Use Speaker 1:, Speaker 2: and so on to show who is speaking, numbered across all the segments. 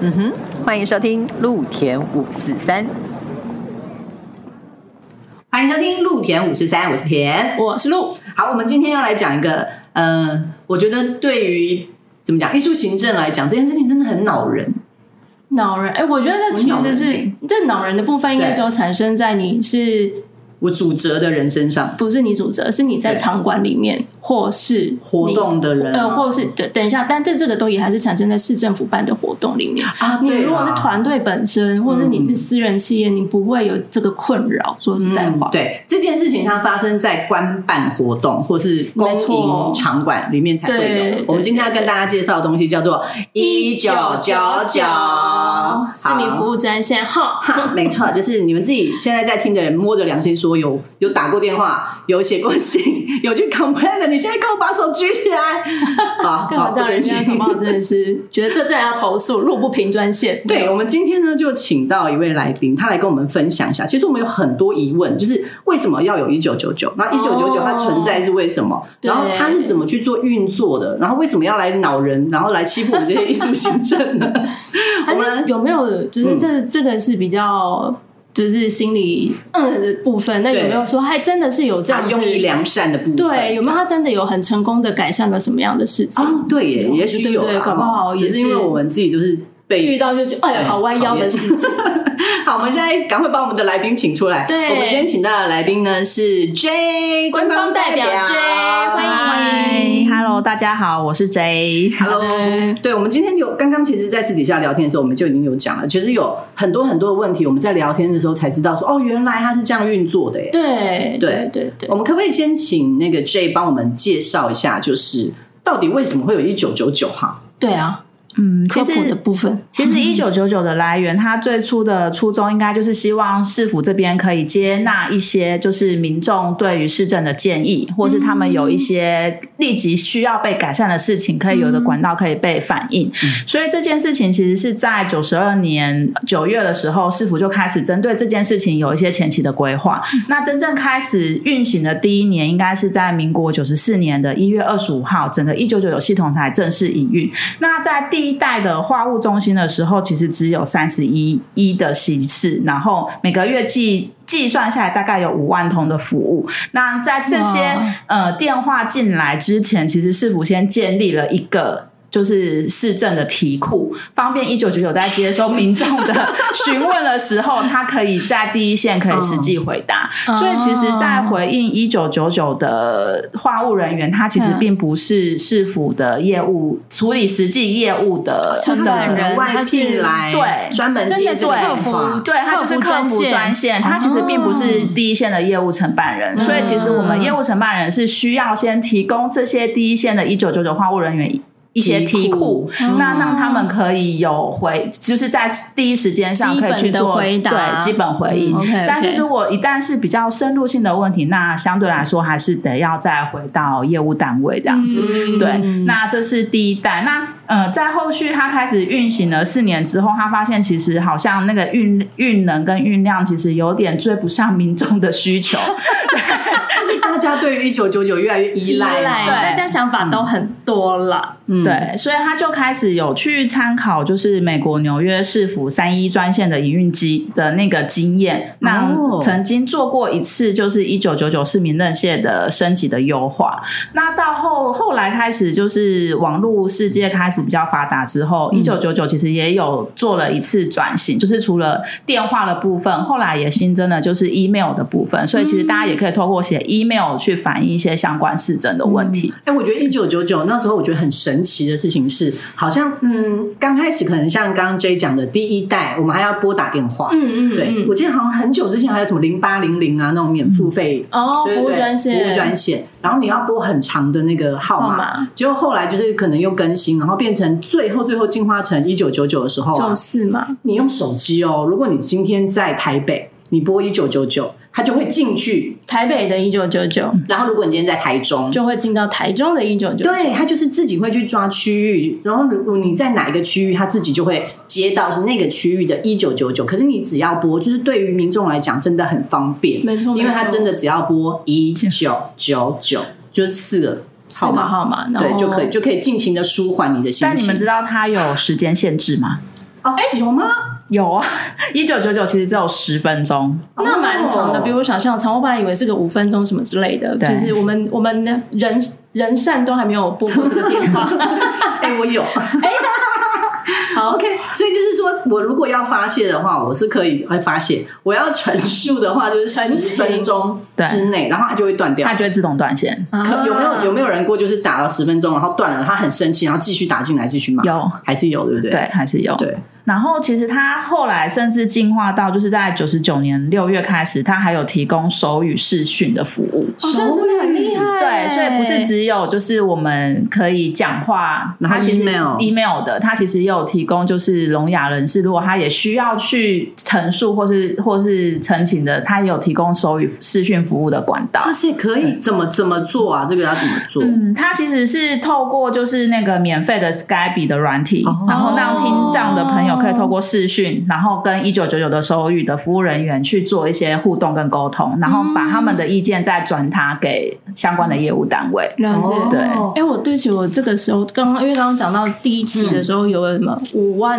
Speaker 1: 嗯哼，欢迎收听露田五四三。欢迎收听露田五四三，我是田。
Speaker 2: 我是陆，
Speaker 1: 好，我们今天要来讲一个，呃，我觉得对于怎么讲艺术行政来讲，这件事情真的很恼人。
Speaker 2: 恼人。哎、我觉得这其实
Speaker 1: 我恼
Speaker 2: 是
Speaker 1: 人
Speaker 2: 这恼人的部分，应该
Speaker 1: 对
Speaker 2: 只有产生在你是
Speaker 1: 我主责的人身上，
Speaker 2: 不是你主责，是你在
Speaker 1: 对
Speaker 2: 场馆里面或是
Speaker 1: 活
Speaker 2: 你。
Speaker 1: 动的人，啊
Speaker 2: 呃，或是等等一下，但这这个都也还是产生在市政府办的活动里面。
Speaker 1: 啊，
Speaker 2: 你
Speaker 1: 对啦
Speaker 2: 如果是团队本身，或者是你是私人企业，你不会有这个困扰。说实在话，
Speaker 1: 嗯对这件事情，它发生在官办活动或是公
Speaker 2: 没错
Speaker 1: 营场馆里面才会有
Speaker 2: 对。
Speaker 1: 我们今天要跟大家介绍的东西叫做一九九九
Speaker 2: 市民服
Speaker 1: 务。
Speaker 2: 务专线哈，
Speaker 1: 哈 没错，就是你们自己现在在听的人，摸着良心说，有有打过电话，有写过信， 有去 complain 的，你现在给我把手举起来啊！
Speaker 2: 干
Speaker 1: 好，
Speaker 2: 嘛
Speaker 1: 不
Speaker 2: 让
Speaker 1: 生
Speaker 2: 人
Speaker 1: 气
Speaker 2: 家。同胞真的是觉得这这要投诉，路不平 专线。
Speaker 1: 对，我们今天呢就请到一位来宾，他来跟我们分享一下。其实我们有很多疑问，就是为什么要有一九九九？那一九九九它存在是为什么？
Speaker 2: 哦对
Speaker 1: 然后它是怎么去做运作的？然后为什么要来恼人？然后来欺负我们这些艺术行政呢？
Speaker 2: 还是有没有就是这、这个是比较就是心理嗯的部分？那有没有说还真的是有 这
Speaker 1: 这
Speaker 2: 样
Speaker 1: 样
Speaker 2: 子
Speaker 1: 用意良善的部分，
Speaker 2: 对，有没有他真的有很成功的改善了什么样的事情？
Speaker 1: 哦，对耶，也许有
Speaker 2: 对
Speaker 1: 啦，
Speaker 2: 搞不好
Speaker 1: 只
Speaker 2: 也
Speaker 1: 是
Speaker 2: 是
Speaker 1: 因为我们自己就是被
Speaker 2: 遇到就觉得哎呀好弯腰的事情，
Speaker 1: 好，我们现在赶快把我们的来宾请出来。
Speaker 2: 对
Speaker 1: 我们今天请到的来宾呢是 J 官
Speaker 2: 官方代
Speaker 1: 表
Speaker 2: 表 J，欢迎
Speaker 1: 欢迎。
Speaker 3: Hello，大家好，我是 J。
Speaker 1: Hello，
Speaker 2: 对
Speaker 1: 对，我们今天有刚刚其实，在私底下聊天的时候，我们就已经有讲了，其实有很多很多的问题，我们在聊天的时候才知道说，哦，原来它是这样运作的耶。
Speaker 2: 对对对对
Speaker 1: 我。们可不可以先请那个 J 帮我们介绍一下，就是到底为什么会有一九九九哈？
Speaker 2: 对啊，
Speaker 3: 嗯，
Speaker 2: 科
Speaker 3: 其
Speaker 2: 普的
Speaker 3: 实
Speaker 2: 部分，
Speaker 3: 其实一九九九的来源，它最初的初衷应该就是希望市府这边可以接纳一些就是民众对于市政的建议，或是他们有一些立即需要被改善的事情，可以有的管道可以被反映。所以这件事情其实是在九十二年九月的时候，市府就开始针对这件事情有一些前期的规划。那真正开始运行的第一年，应该是在民国九十四年的一月二十五号，整个一九九九系统才正式营运。那在第一代的化物中心的时候，其实只有三十一一的席次，然后每个月计计算下来大概有五万通的服务。那在这些
Speaker 2: 哇
Speaker 3: 呃电话进来之前，其实市府先建立了一个。就是市政的题库，方便一九九九在接收民众的询问的时候，他可以在第一线可以实际回答。
Speaker 1: 哦
Speaker 2: 嗯
Speaker 3: 所以其实，在回应一九九九的话务人员，他其实
Speaker 2: 嗯
Speaker 3: 并不是市府的业务处理实际业务的
Speaker 2: 承
Speaker 1: 它是
Speaker 2: 办
Speaker 1: 可
Speaker 3: 的。
Speaker 1: 能
Speaker 2: 人
Speaker 1: 外
Speaker 2: 他是
Speaker 1: 聘来，
Speaker 3: 对
Speaker 1: 专门
Speaker 2: 真
Speaker 1: 接
Speaker 2: 的
Speaker 1: 这
Speaker 2: 是
Speaker 1: 个
Speaker 2: 客
Speaker 1: 电
Speaker 2: 服
Speaker 1: 话。
Speaker 3: 对，他就是客服专线，他其实并不是
Speaker 2: 哦
Speaker 3: 第一线的业务承办人，所以其实我
Speaker 2: 嗯
Speaker 3: 们业务承办人是需要先提供这些第一线的一九九九话务人员一些题库，那
Speaker 2: 嗯
Speaker 3: 让他们可以有回，就是在第一时间上可以去
Speaker 2: 基本的
Speaker 3: 做
Speaker 2: 回答
Speaker 3: 对基本回应。
Speaker 2: 嗯，OK，OK
Speaker 3: 但是如果一旦是比较深入性的问题，那相对来说还是得要再回到业务单位这样子。
Speaker 2: 嗯
Speaker 3: 对，那这是第一代。那呃，在后续它开始运行了四年之后，他发现其实好像那个运运能跟运量其实有点追不上民众的需求。
Speaker 1: 就是大家对于一九九九越来越依赖嘛，
Speaker 3: 对
Speaker 2: 大家想法都很多了，
Speaker 1: 嗯，
Speaker 3: 对，所以他就开始有去参考，就是美国纽约市府三一专线的营运机的那个经验。那
Speaker 1: 哦
Speaker 3: 曾经做过一次，就是一九九九市民认线的升级的优化。那到后后来开始，就是网络世界开始比较发达之后，
Speaker 1: 嗯
Speaker 3: 一九九九其实也有做了一次转型，就是除了电话的部分，后来也新增了就是 email 的部分。所以其实大家也可以透过写 email 去反映一些相关市政的问题。
Speaker 1: 哎、我觉得一九九九那时候，我觉得很神奇的事情是，好像嗯，刚开始可能像刚刚 J 讲的第一代，我们还要拨打电话。
Speaker 2: 嗯
Speaker 1: 对，
Speaker 2: 嗯嗯，
Speaker 1: 我记得好像很久之前还有什么零八零零啊那种免付费、
Speaker 2: 哦，
Speaker 1: 对
Speaker 2: 服
Speaker 1: 对
Speaker 2: 务
Speaker 1: 对
Speaker 2: 专线，
Speaker 1: 服务专线，然后你要拨很长的那个号
Speaker 2: 号
Speaker 1: 码
Speaker 2: 码，
Speaker 1: 结果后来就是可能又更新，然后变成最后最后进化成一九九九的时候、啊
Speaker 2: 九，四嘛，
Speaker 1: 你用手机哦，如果你今天在台北，你拨一九九九，它就会进去；
Speaker 2: 台北的一九九九
Speaker 1: 然后如果你今天在台中，
Speaker 2: 就会进到台中的一九九，
Speaker 1: 对，他就是自己会去抓区域，然后如果你在哪一个区域，他自己就会接到是那个区域的一九九九。可是你只要拨，就是对于民众来讲真的很方便，
Speaker 2: 没错
Speaker 1: 因为他
Speaker 2: 没错
Speaker 1: 真的只要拨一九九九，就是四个
Speaker 2: 四
Speaker 1: 号
Speaker 2: 个
Speaker 1: 码，
Speaker 2: 号码，然
Speaker 1: 对，
Speaker 2: 后
Speaker 1: 就可以就可以尽情的舒缓你的心情。
Speaker 3: 但你们知道它有时间限制吗？
Speaker 1: 哦，哎、有吗？
Speaker 3: 有啊， 一九九九其实只有十分钟，
Speaker 1: 哦
Speaker 2: 那蛮长的，比我想象长。我本来以为是个五分钟什么之类的，
Speaker 3: 对
Speaker 2: 就是我们我们的人人善都还没有拨过这个 电话。
Speaker 1: 哎、我有。
Speaker 2: 好
Speaker 1: OK，所以就是说我如果要发泄的话，我是可以会发泄；我要陈述的话，就是
Speaker 2: 陈
Speaker 1: 十
Speaker 2: 情
Speaker 1: 分钟
Speaker 3: 对
Speaker 1: 之内，然后它就会断掉
Speaker 3: 它。就会自动断线。
Speaker 2: 啊
Speaker 1: 可有没有有没有人过就是打了十分钟，然后断了，他很生气，然后继续打进来继续骂？
Speaker 3: 有，
Speaker 1: 还是有，对不对？
Speaker 3: 对，还是有。
Speaker 1: 对，
Speaker 2: 哦
Speaker 3: 然后其实它后来甚至进化到，就是在九十九年六月开始，它还有提供手语视讯的服务。
Speaker 2: 哦，这真的很厉害。
Speaker 3: 对，所以不是只有就是我们可以讲话，
Speaker 1: 然后
Speaker 3: 它其实
Speaker 1: email
Speaker 3: email 的，它其实也有提供，就是聋哑人士如果他也需要去陈述或是或是澄清的，他也有提供手语视讯服务的管道。
Speaker 1: 哇塞，可以怎么
Speaker 2: 嗯
Speaker 1: 怎么做啊？这个要怎么做？
Speaker 3: 嗯，它其实是透过就是那个免费的 Skype 的软体，
Speaker 1: 哦
Speaker 3: 然后让听障的朋友可以透过视讯，然后跟一九九九的手语的服务人员去做一些互动跟沟通，然后把他们的意见再转达给相关的业务单位。
Speaker 2: 了解。
Speaker 1: 哦
Speaker 3: 对
Speaker 2: 哎、我对不起，我这个时候刚刚因为刚刚讲到第一期的时候有个什么五万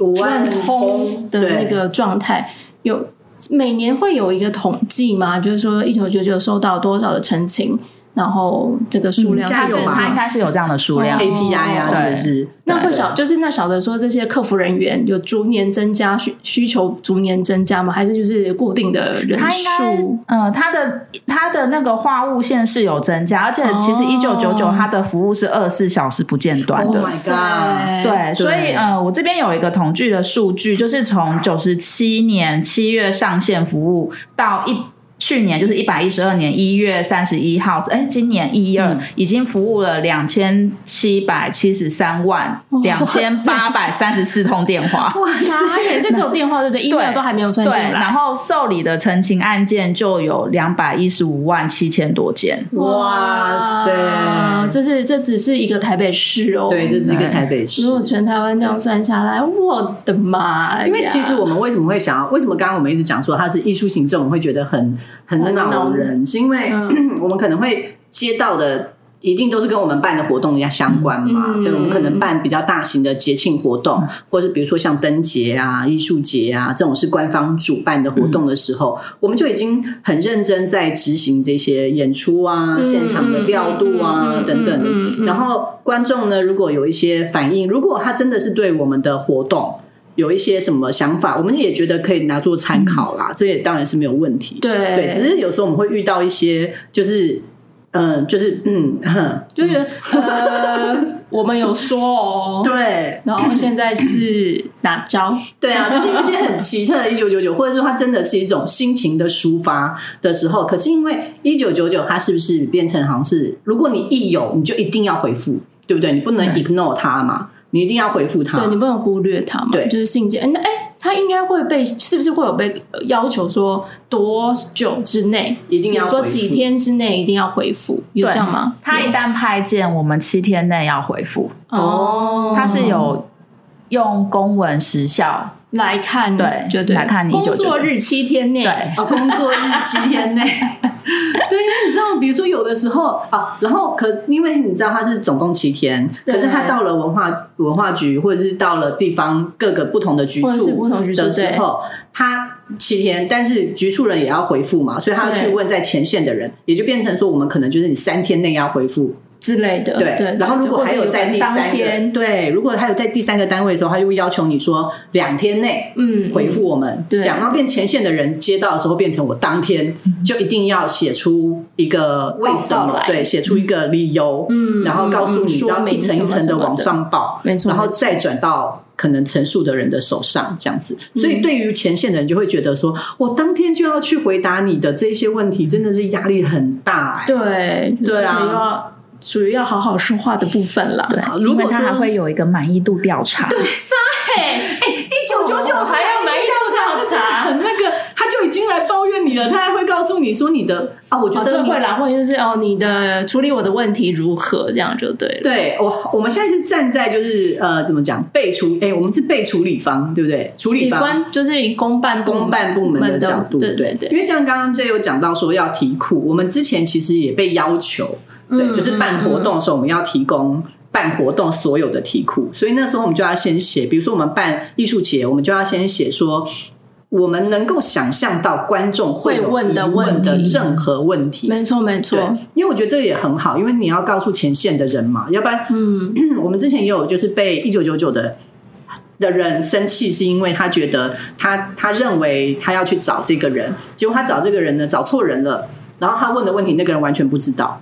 Speaker 1: 五万
Speaker 2: 万通的
Speaker 1: 对
Speaker 2: 那
Speaker 3: 哦
Speaker 2: 个状态，有每年会有一个统计吗？就是说一九九九收到多少的陈情，然后这个数量
Speaker 1: 嗯加
Speaker 2: 是
Speaker 1: 油
Speaker 2: 不是
Speaker 1: 吧
Speaker 3: 它应该是有这样的数量。
Speaker 2: 哦
Speaker 1: KPI 啊，
Speaker 3: 对
Speaker 1: 或者是
Speaker 2: 那会少，就是那少的说这些客服人员有逐年增加需需求逐年增加吗？还是就是固定的人
Speaker 3: 它应该
Speaker 2: 数？，
Speaker 3: 呃，它的它的那个话务线是有增加，而且其实
Speaker 2: 哦
Speaker 3: 一九九九它的服务是二十四小时不间断的。
Speaker 1: Oh my god
Speaker 3: 对，所以呃，我这边有一个统计的数据，就是从九十七年七月上线服务到一。去年就是一百一十二年一月三十一号，哎，今年一一
Speaker 2: 嗯
Speaker 3: 二已经服务了两千七百七十三万两千八百三十四通电话，
Speaker 2: 哇塞，也这种电 话对不对？email 都还没有算进
Speaker 3: 对，
Speaker 2: 来
Speaker 3: 然，后受理的澄清案件就有两百一十五万七千多件，
Speaker 1: 哇塞，
Speaker 2: 这是这只是一个台北市哦。
Speaker 1: 对，这是一个台北市
Speaker 2: 如。果全台湾这样算下来，我的妈哎呀！
Speaker 1: 因为其实我们为什么会想要，为什么刚刚我们一直讲说它是艺术行政，我们会觉得很很
Speaker 2: 很
Speaker 1: 恼
Speaker 2: 恼嗯
Speaker 1: 人，是因为、 我们可能会接到的。一定都是跟我们办的活动呀相关嘛，
Speaker 2: 嗯
Speaker 1: 对，我们可能办比较大型的节庆活动，或者比如说像灯节啊、艺术节啊这种是官方主办的活动的时候，
Speaker 2: 嗯
Speaker 1: 我们就已经很认真在执行这些演出啊、
Speaker 2: 嗯
Speaker 1: 现场的调度啊、
Speaker 2: 嗯嗯
Speaker 1: 等等
Speaker 2: 嗯嗯嗯
Speaker 1: 然后观众呢，如果有一些反应，如果他真的是对我们的活动有一些什么想法，我们也觉得可以拿做参考啦，这也当然是没有问题。
Speaker 2: 嗯对
Speaker 1: 对，只是有时候我们会遇到一些就是。嗯，就是嗯，哼
Speaker 2: 就觉得呃， 我们有说哦，
Speaker 1: 对
Speaker 2: 然后现在是哪招？
Speaker 1: 对 啊，就是有一些很奇特的一九九九，或者说它真的是一种心情的抒发的时候。可是因为一九九九，它是不是变成好像是，如果你一有，你就一定要回复，对不对？你不能 ignore 它嘛，你一定要回复它。
Speaker 2: 对你不能忽略他嘛，
Speaker 1: 对
Speaker 2: 就是信件。哎那哎，他应该会被，是不是会有被呃要求说多久之内
Speaker 1: 一定要
Speaker 2: 比如
Speaker 1: 回
Speaker 2: 说
Speaker 1: 复
Speaker 2: 几天之内一定要回复，有
Speaker 3: 对
Speaker 2: 这样吗？
Speaker 3: 他一旦派件，我们七天内要回复，
Speaker 2: 哦，
Speaker 3: 他是有用公文时效，
Speaker 2: 来看，
Speaker 3: 对
Speaker 2: 就对，
Speaker 3: 来看你
Speaker 2: 工
Speaker 3: 1999
Speaker 2: 作日七天内，
Speaker 3: 对，
Speaker 1: 哦，工作日七 天内。对，因为你知道，比如说有的时候啊，然后可因为你知道它是总共七天，可
Speaker 2: 对
Speaker 1: 是他到了文化文化局或者是到了地方各个不同的局
Speaker 2: 或者是
Speaker 1: 处
Speaker 2: 不同局处
Speaker 1: 的时
Speaker 2: 对
Speaker 1: 候，他七天，但是局处人也要回复嘛，所以他要去
Speaker 2: 对
Speaker 1: 问在前线的人，也就变成说我们可能就是你三天内要回复，
Speaker 2: 之类的，
Speaker 1: 对，
Speaker 2: 对。
Speaker 1: 然后如果
Speaker 2: 或者
Speaker 1: 还有在第
Speaker 2: 当
Speaker 1: 三个，
Speaker 2: 天，
Speaker 1: 对，如果还有在第三个单位的时候，他就会要求你说两天内
Speaker 2: 嗯，
Speaker 1: 回复我们，
Speaker 2: 对
Speaker 1: 这样，然后变前线的人接到的时候，变成我当天就一定要写出一个为什
Speaker 2: 报告
Speaker 1: 么，
Speaker 2: 来
Speaker 1: 对，写出一个理由，
Speaker 2: 嗯
Speaker 1: 然后告诉你
Speaker 2: 嗯嗯
Speaker 1: 要一层一
Speaker 2: 说明
Speaker 1: 层
Speaker 2: 什
Speaker 1: 的
Speaker 2: 么
Speaker 1: 往上报，
Speaker 2: 没错
Speaker 1: 然后再转到可能陈述的人的手上，这样子。所以对于前线的人就会觉得说，我当天就要去回答你的这些问题，真的是压力很大、哎
Speaker 2: 对
Speaker 1: 对啊
Speaker 2: 而且又要属于要好好说话的部分啦。
Speaker 3: 对
Speaker 1: 好，如果
Speaker 3: 因为他
Speaker 1: 说
Speaker 3: 还会有一个满意度调查，
Speaker 2: 嘿，
Speaker 1: 一九九九
Speaker 2: 哦还要
Speaker 1: 来
Speaker 2: 来一个调查
Speaker 1: 这真的很那个，他就已经来抱怨你了，他还会告诉你说你的啊，我觉
Speaker 2: 哦，
Speaker 1: 得
Speaker 2: 对，
Speaker 1: 你
Speaker 2: 会啦，或者就是哦，你的处理我的问题如何，这样就对了。
Speaker 1: 对哦我，我们现在是站在就是呃，怎么讲被处？哎、我们是被处理方，对不对？处理
Speaker 2: 以
Speaker 1: 方。
Speaker 2: 关就是以公办部门
Speaker 1: 公办部门的角度，
Speaker 2: 对对
Speaker 1: 因
Speaker 2: 对，
Speaker 1: 为像刚刚这有讲到说要题库，我们之前其实也被要求，对，
Speaker 2: 嗯
Speaker 1: 就是办活动的时候我们要提供办活动所有的题库，所以那时候我们就要先写，比如说我们办艺术节，我们就要先写说。我们能够想象到观众会
Speaker 2: 会问的
Speaker 1: 有疑问的
Speaker 2: 问题
Speaker 1: 任何问题，
Speaker 2: 没错没
Speaker 1: 对
Speaker 2: 错，，
Speaker 1: 因为我觉得这个也很好，因为你要告诉前线的人嘛，要不然
Speaker 2: 嗯，
Speaker 1: 我们之前也有就是被一九九九的的人生气，是因为他觉得他他认为他要去找这个人，结果他找这个人呢找错人了，然后他问的问题那个人完全不知道。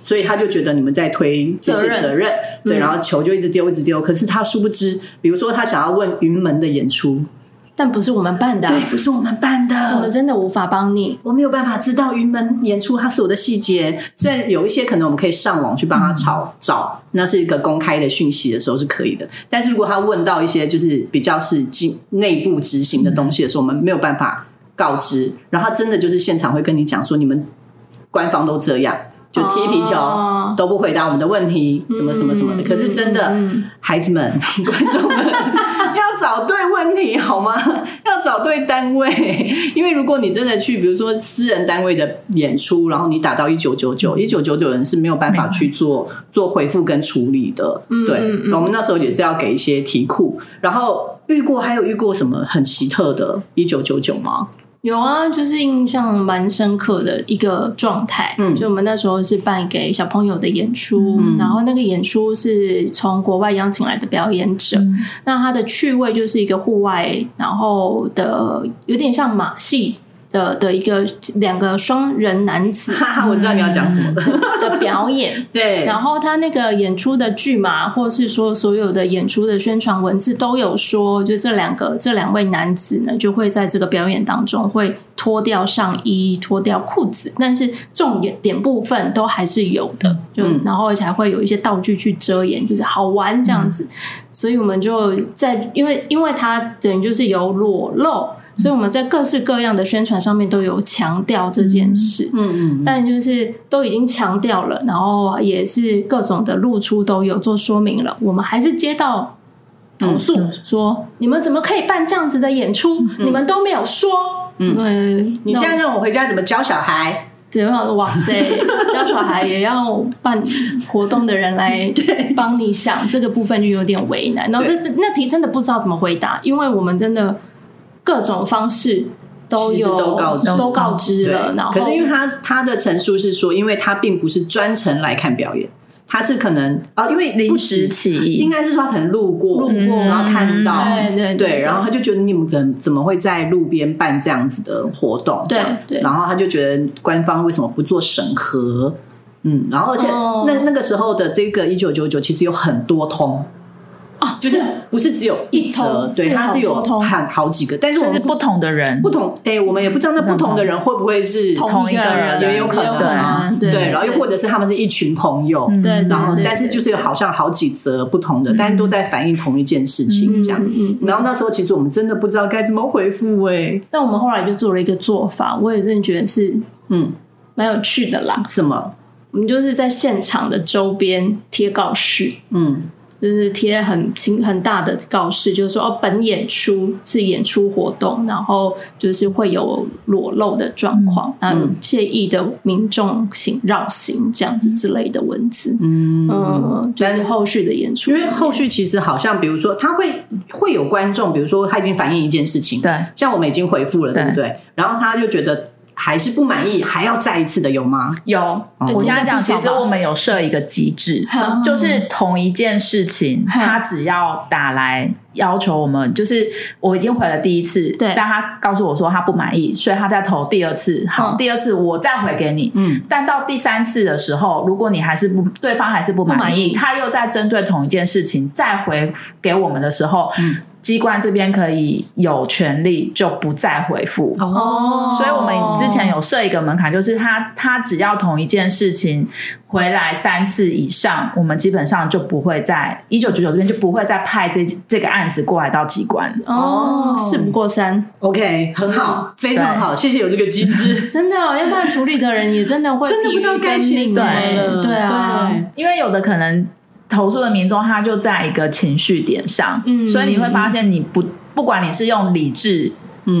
Speaker 1: 所以他就觉得你们在推这些责任，
Speaker 2: 责
Speaker 1: 对，
Speaker 2: 嗯
Speaker 1: 然后球就一直丢，一直丢。可是他殊不知，比如说他想要问云门的演出，
Speaker 2: 但不是我们办的啊，
Speaker 1: 对，不是我们办的，
Speaker 2: 我们真的无法帮你。
Speaker 1: 我没有办法知道云门演出它所有的细节，虽然有一些可能我们可以上网去帮他找找，那是一个公开的讯息的时候是可以的。但是如果他问到一些就是比较是进内部执行的东西的时候，我们没有办法告知，然后他真的就是现场会跟你讲说，你们官方都这样，就踢皮球、
Speaker 2: 哦
Speaker 1: 都不回答我们的问题，怎么什么什么的。
Speaker 2: 嗯
Speaker 1: 可是真的，
Speaker 2: 嗯
Speaker 1: 孩子们、 观众们要找对问题好吗？要找对单位，因为如果你真的去，比如说私人单位的演出，然后你打到一九九九，一九九九人是没有办法去做做回复跟处理的。对，
Speaker 2: 嗯嗯
Speaker 1: 我们那时候也是要给一些题库，然后遇过还有遇过什么很奇特的一九九九吗？
Speaker 2: 有啊，就是印象蛮深刻的一个状态。
Speaker 1: 嗯
Speaker 2: 就我们那时候是办给小朋友的演出，然后那个演出是从国外邀请来的表演者，那它的趣味就是一个户外，然后的有点像马戏的的一个两个双人男子
Speaker 1: 哈 哈，我知道你要讲什么了。
Speaker 2: 的表演。
Speaker 1: 对，
Speaker 2: 然后他那个演出的剧嘛，或是说所有的演出的宣传文字都有说，就这两个这两位男子呢，就会在这个表演当中会脱掉上衣、脱掉裤子，但是重点点部分都还是有的，就、
Speaker 1: 嗯
Speaker 2: 然后而且还会有一些道具去遮掩，就是好玩这样子。
Speaker 1: 嗯
Speaker 2: 所以我们就在因为因为它等于就是有裸露，所以我们在各式各样的宣传上面都有强调这件事。
Speaker 1: 嗯嗯
Speaker 2: 但就是都已经强调了，然后也是各种的露出都有做说明了，我们还是接到
Speaker 1: 嗯
Speaker 2: 投诉、说，你们怎么可以办这样子的演出？你们都没有说。
Speaker 1: 嗯
Speaker 2: 嗯，
Speaker 1: 你这样让我回家怎么教小孩？
Speaker 2: 对，我想说，哇塞，教小孩也要办活动的人 来帮你想这个部分就有点为难。然后这那题真的不知道怎么回答，因为我们真的各种方式都
Speaker 1: 其实
Speaker 2: 有
Speaker 1: 都告知
Speaker 2: 都告知
Speaker 1: 对，
Speaker 2: 了，然后
Speaker 1: 可是因为他他的陈述是说，因为他并不是专程来看表演，他是可能啊、因为
Speaker 3: 临
Speaker 1: 不止
Speaker 3: 时起
Speaker 1: 应
Speaker 3: 意，
Speaker 1: 该是说他可能路过，嗯
Speaker 2: 路过嗯
Speaker 1: 然后看到，
Speaker 2: 对对对对
Speaker 1: 然后他就觉得你们怎怎么会在路边办这样子的活动？
Speaker 2: 对
Speaker 1: 这样
Speaker 2: 对
Speaker 1: 然后他就觉得官方为什么不做审核？嗯，然后而且那、
Speaker 2: 哦
Speaker 1: 那个时候的这个一九九九其实有很多通，
Speaker 2: 哦，
Speaker 1: 就是不是只有一则，
Speaker 2: 一通
Speaker 1: 对，
Speaker 2: 是
Speaker 1: 它是
Speaker 2: 好
Speaker 1: 有
Speaker 2: 多通
Speaker 1: 很好几个，但是我
Speaker 3: 就
Speaker 1: 们
Speaker 3: 是不同的人
Speaker 1: 不，同，哎、我们也不知道那不同的人会不会是
Speaker 3: 同一个人
Speaker 1: 也有可能啊，
Speaker 2: 对，
Speaker 1: 对，然后又或者是他们是一群朋友，
Speaker 2: 对，
Speaker 1: 然后
Speaker 2: 对
Speaker 1: 但是就是有好像好几则不同的，但是都在反映同一件事情这样。
Speaker 2: 嗯嗯嗯
Speaker 1: 然后那时候其实我们真的不知道该怎么回复哎、
Speaker 2: 但我们后来就做了一个做法，我也真的觉得是
Speaker 1: 嗯，
Speaker 2: 蛮有趣的啦。
Speaker 1: 什么？
Speaker 2: 我们就是在现场的周边贴告示，
Speaker 1: 嗯
Speaker 2: 就是贴很清很大的告示，就是说哦，本演出是演出活动，然后就是会有裸露的状况，那、
Speaker 1: 嗯
Speaker 2: 有介意的民众请绕行这样子之类的文字。
Speaker 1: 嗯
Speaker 2: 嗯，就是后续的演出，
Speaker 1: 因为后续其实好像，比如说他会会有观众，比如说他已经反映一件事情，
Speaker 3: 对，
Speaker 1: 像我们已经回复了，对不
Speaker 3: 对
Speaker 1: 对？然后他就觉得还是不满意，还要再一次的，有吗？
Speaker 3: 有。
Speaker 2: 对
Speaker 3: 哦我跟他
Speaker 2: 真
Speaker 3: 讲，其
Speaker 2: 的不
Speaker 3: 实
Speaker 2: 少吧
Speaker 3: 我们有设一个机制，
Speaker 2: 嗯
Speaker 3: 就是同一件事情，
Speaker 2: 嗯
Speaker 3: 他只要打来要求我们，就是我已经回了第一次，
Speaker 2: 对
Speaker 3: 但他告诉我说他不满意，所以他再投第二次，好，
Speaker 2: 嗯
Speaker 3: 第二次我再回给你。
Speaker 1: 嗯，
Speaker 3: 但到第三次的时候，如果你还是不对方还是不满意，
Speaker 2: 不满意
Speaker 3: 他又在针对同一件事情再回给我们的时候，
Speaker 1: 嗯
Speaker 3: 机关这边可以有权利就不再回复。
Speaker 2: 哦
Speaker 3: 所以我们之前有设一个门槛，就是他他只要同一件事情回来三次以上，我们基本上就不会在一九九九这边就不会再派这这个案子过来到机关了。
Speaker 2: 哦，事不过三，
Speaker 1: OK，很好，非常好，谢谢有这个机制。
Speaker 2: 真的、哦，要不然处理的人也真的 会
Speaker 1: 真的不知道该写什么了
Speaker 2: 对对啊，
Speaker 1: 对
Speaker 3: 因为有的可能投诉的民众他就在一个情绪点上，
Speaker 2: 嗯
Speaker 3: 所以你会发现你不不管你是用理智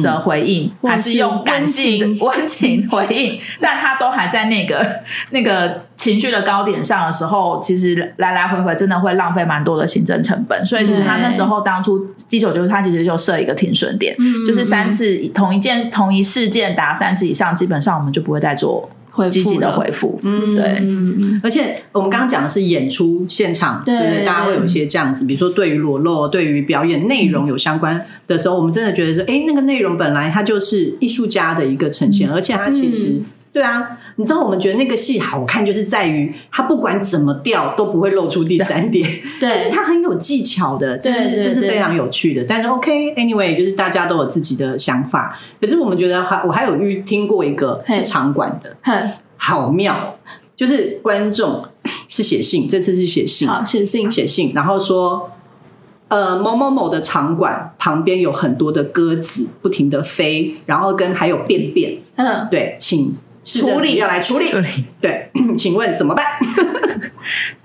Speaker 3: 的回应，
Speaker 2: 嗯
Speaker 3: 还是用感性的温情回应，但他都还在那个那个情绪的高点上的时候，其实来来回回真的会浪费蛮多的行政成本。所以其实他那时候当初一九九，他其实就设一个停损点，
Speaker 2: 嗯
Speaker 3: 就是三次同一件同一事件达三次以上，基本上我们就不会再做
Speaker 2: 回复
Speaker 3: 积极的
Speaker 2: 了
Speaker 3: 回复。
Speaker 1: 嗯
Speaker 3: 对
Speaker 2: 嗯嗯
Speaker 1: 而且我们刚刚讲的是演出现场，
Speaker 2: 对
Speaker 1: 对不对？大家会有一些这样子，比如说对于裸露、对于表演内容有相关的时候，我们真的觉得说，哎，那个内容本来它就是艺术家的一个呈现，而且它其实。
Speaker 2: 嗯
Speaker 1: 对啊，你知道我们觉得那个戏好看，就是在于它不管怎么掉都不会露出第三点，
Speaker 2: 对
Speaker 1: 就是它很有技巧的，这
Speaker 2: 对对
Speaker 1: 是这是
Speaker 2: 对
Speaker 1: 非常有趣的。但是 OK，anyway，、就是大家都有自己的想法。可是我们觉得还我还有遇听过一个
Speaker 2: 嘿
Speaker 1: 是场馆的，
Speaker 2: 嗯，
Speaker 1: 好妙，就是观众 是写信，这次是写信，
Speaker 2: 好，写信，
Speaker 1: 写信，然后说，呃，某某某的场馆旁边有很多的鸽子不停的飞，然后跟还有便便，
Speaker 2: 嗯，
Speaker 1: 对，请市政
Speaker 2: 处
Speaker 1: 府
Speaker 2: 理
Speaker 1: 要来处理，
Speaker 3: 这里
Speaker 1: 对， 请问怎么办？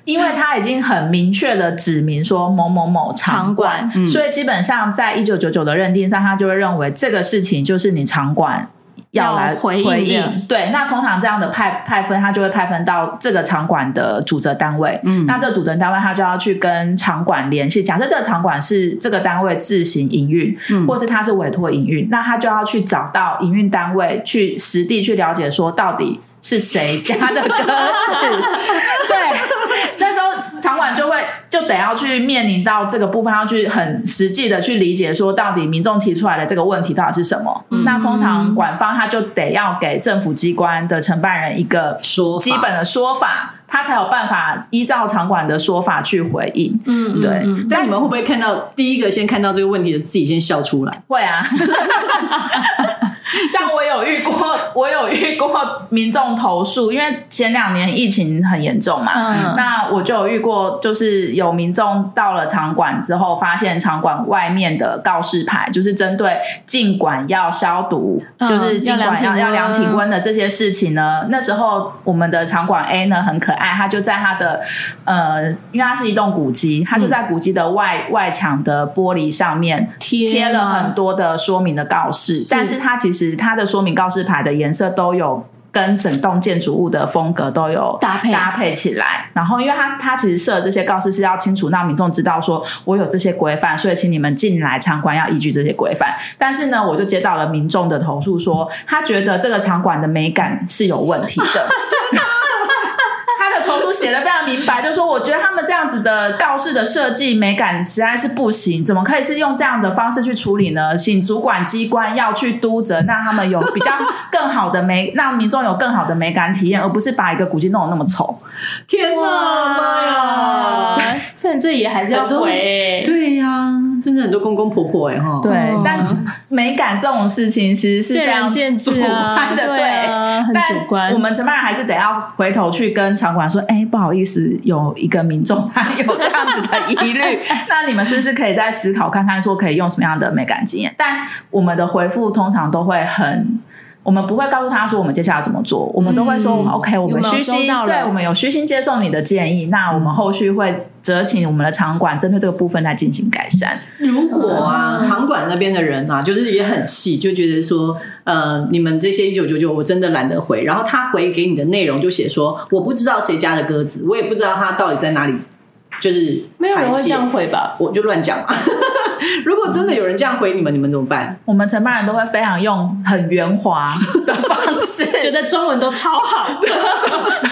Speaker 3: 因为他已经很明确的指明说某某某
Speaker 2: 场
Speaker 3: 场馆
Speaker 2: 馆，
Speaker 1: 嗯
Speaker 3: 所以基本上在一九九九的认定上，他就会认为这个事情就是你场馆。要来
Speaker 2: 要回
Speaker 3: 回
Speaker 2: 应的
Speaker 3: 对，那通常这样的派派分，他就会派分到这个场馆的主责单位。
Speaker 1: 嗯
Speaker 3: 那这主责单位他就要去跟场馆联系。假设这个场馆是这个单位自行营运，
Speaker 1: 嗯
Speaker 3: 或是他是委托营运，那他就要去找到营运单位，去实地去了解，说到底是谁家的 鸽子。对，那时候场馆就会就得要去面临到这个部分，要去很实际的去理解，说到底民众提出来的这个问题到底是什么。
Speaker 1: 嗯
Speaker 3: 那通常馆方他就得要给政府机关的承办人一个
Speaker 1: 说法
Speaker 3: 基本的呃说法，他才有办法依照场馆的说法去回应。
Speaker 2: 嗯，
Speaker 3: 对
Speaker 2: 嗯嗯
Speaker 1: 但你们会不会看到第一个先看到这个问题的自己先笑出来？
Speaker 3: 会啊，像我有遇过，我有遇过民众投诉，因为前两年疫情很严重嘛，
Speaker 2: 嗯
Speaker 3: 啊那我就有遇过，就是有民众到了场馆之后，发现场馆外面的告示牌，就是针对尽管要消毒，
Speaker 2: 嗯
Speaker 3: 就是尽管
Speaker 2: 要量体温
Speaker 3: 要要量体温的这些事情呢。那时候我们的场馆 A 呢很可爱，它就在它的呃，因为它是一栋古迹，它就
Speaker 2: 嗯
Speaker 3: 在古迹的外、外墙的玻璃上面
Speaker 2: 贴
Speaker 3: 贴了
Speaker 2: 嘛
Speaker 3: 很多的说明的告示，但是它其实它的说明告示牌的颜色都有跟整栋建筑物的风格都有
Speaker 2: 搭配
Speaker 3: 搭配起来。然后，因为它它其实设的这些告示是要清楚让民众知道说我有这些规范，所以请你们进来参观要依据这些规范。但是呢，我就接到了民众的投诉说，他觉得这个场馆的美感是有问题的。他的投诉写的非常明白，就说我觉得他们这样子的告示的设计美感实在是不行，怎么可以是用这样的方式去处理呢？请主管机关要去督责，让他们有比较更好的美，让民众有更好的美感体验，而不是把一个古迹弄得那么丑。
Speaker 1: 天
Speaker 2: 哦
Speaker 1: 哪，妈呀！
Speaker 2: 哇，这这也还是要
Speaker 1: 很多
Speaker 2: 回，
Speaker 1: 对呀、真的很多公公婆婆哎、哈，
Speaker 3: 对，
Speaker 2: 哦
Speaker 3: 但美感这种事情其实是
Speaker 2: 见
Speaker 3: 非
Speaker 2: 仁
Speaker 3: 常
Speaker 2: 见
Speaker 3: 主
Speaker 2: 智啊，
Speaker 3: 观的，
Speaker 2: 对啊，很
Speaker 3: 但
Speaker 2: 主观。
Speaker 3: 我们承办人还是得要回头去跟场馆说，哎、不好意思，有一个民众他有这样子的 疑虑，那你们是不是可以再思考看看，说可以用什么样的美感经验？但我们的回复通常都会很。我们不会告诉他说我们接下来怎么做，我们都会说、
Speaker 2: 嗯
Speaker 3: OK，我
Speaker 2: 有
Speaker 3: 们
Speaker 2: 没有
Speaker 3: 虚
Speaker 2: 收
Speaker 3: 心
Speaker 2: 到，了嗯
Speaker 3: 对我们有虚心接受你的建议，那我们后续会责请我们的场馆针对这个部分来进行改善。
Speaker 1: 如果啊，
Speaker 2: 嗯
Speaker 1: 场馆那边的人啊，就是也很气，就觉得说，呃，你们这些一九九九，我真的懒得回。然后他回给你的内容就写说，我不知道谁家的鸽子，我也不知道它到底在哪里，就是
Speaker 2: 没有人
Speaker 1: 排
Speaker 2: 会
Speaker 1: 泄
Speaker 2: 这样，回吧？
Speaker 1: 我就乱讲。 如果真的有人这样回你们，你们怎么办？
Speaker 3: 我们承办人都会非常用很圆滑的方式，
Speaker 2: 觉得中文都超 好的，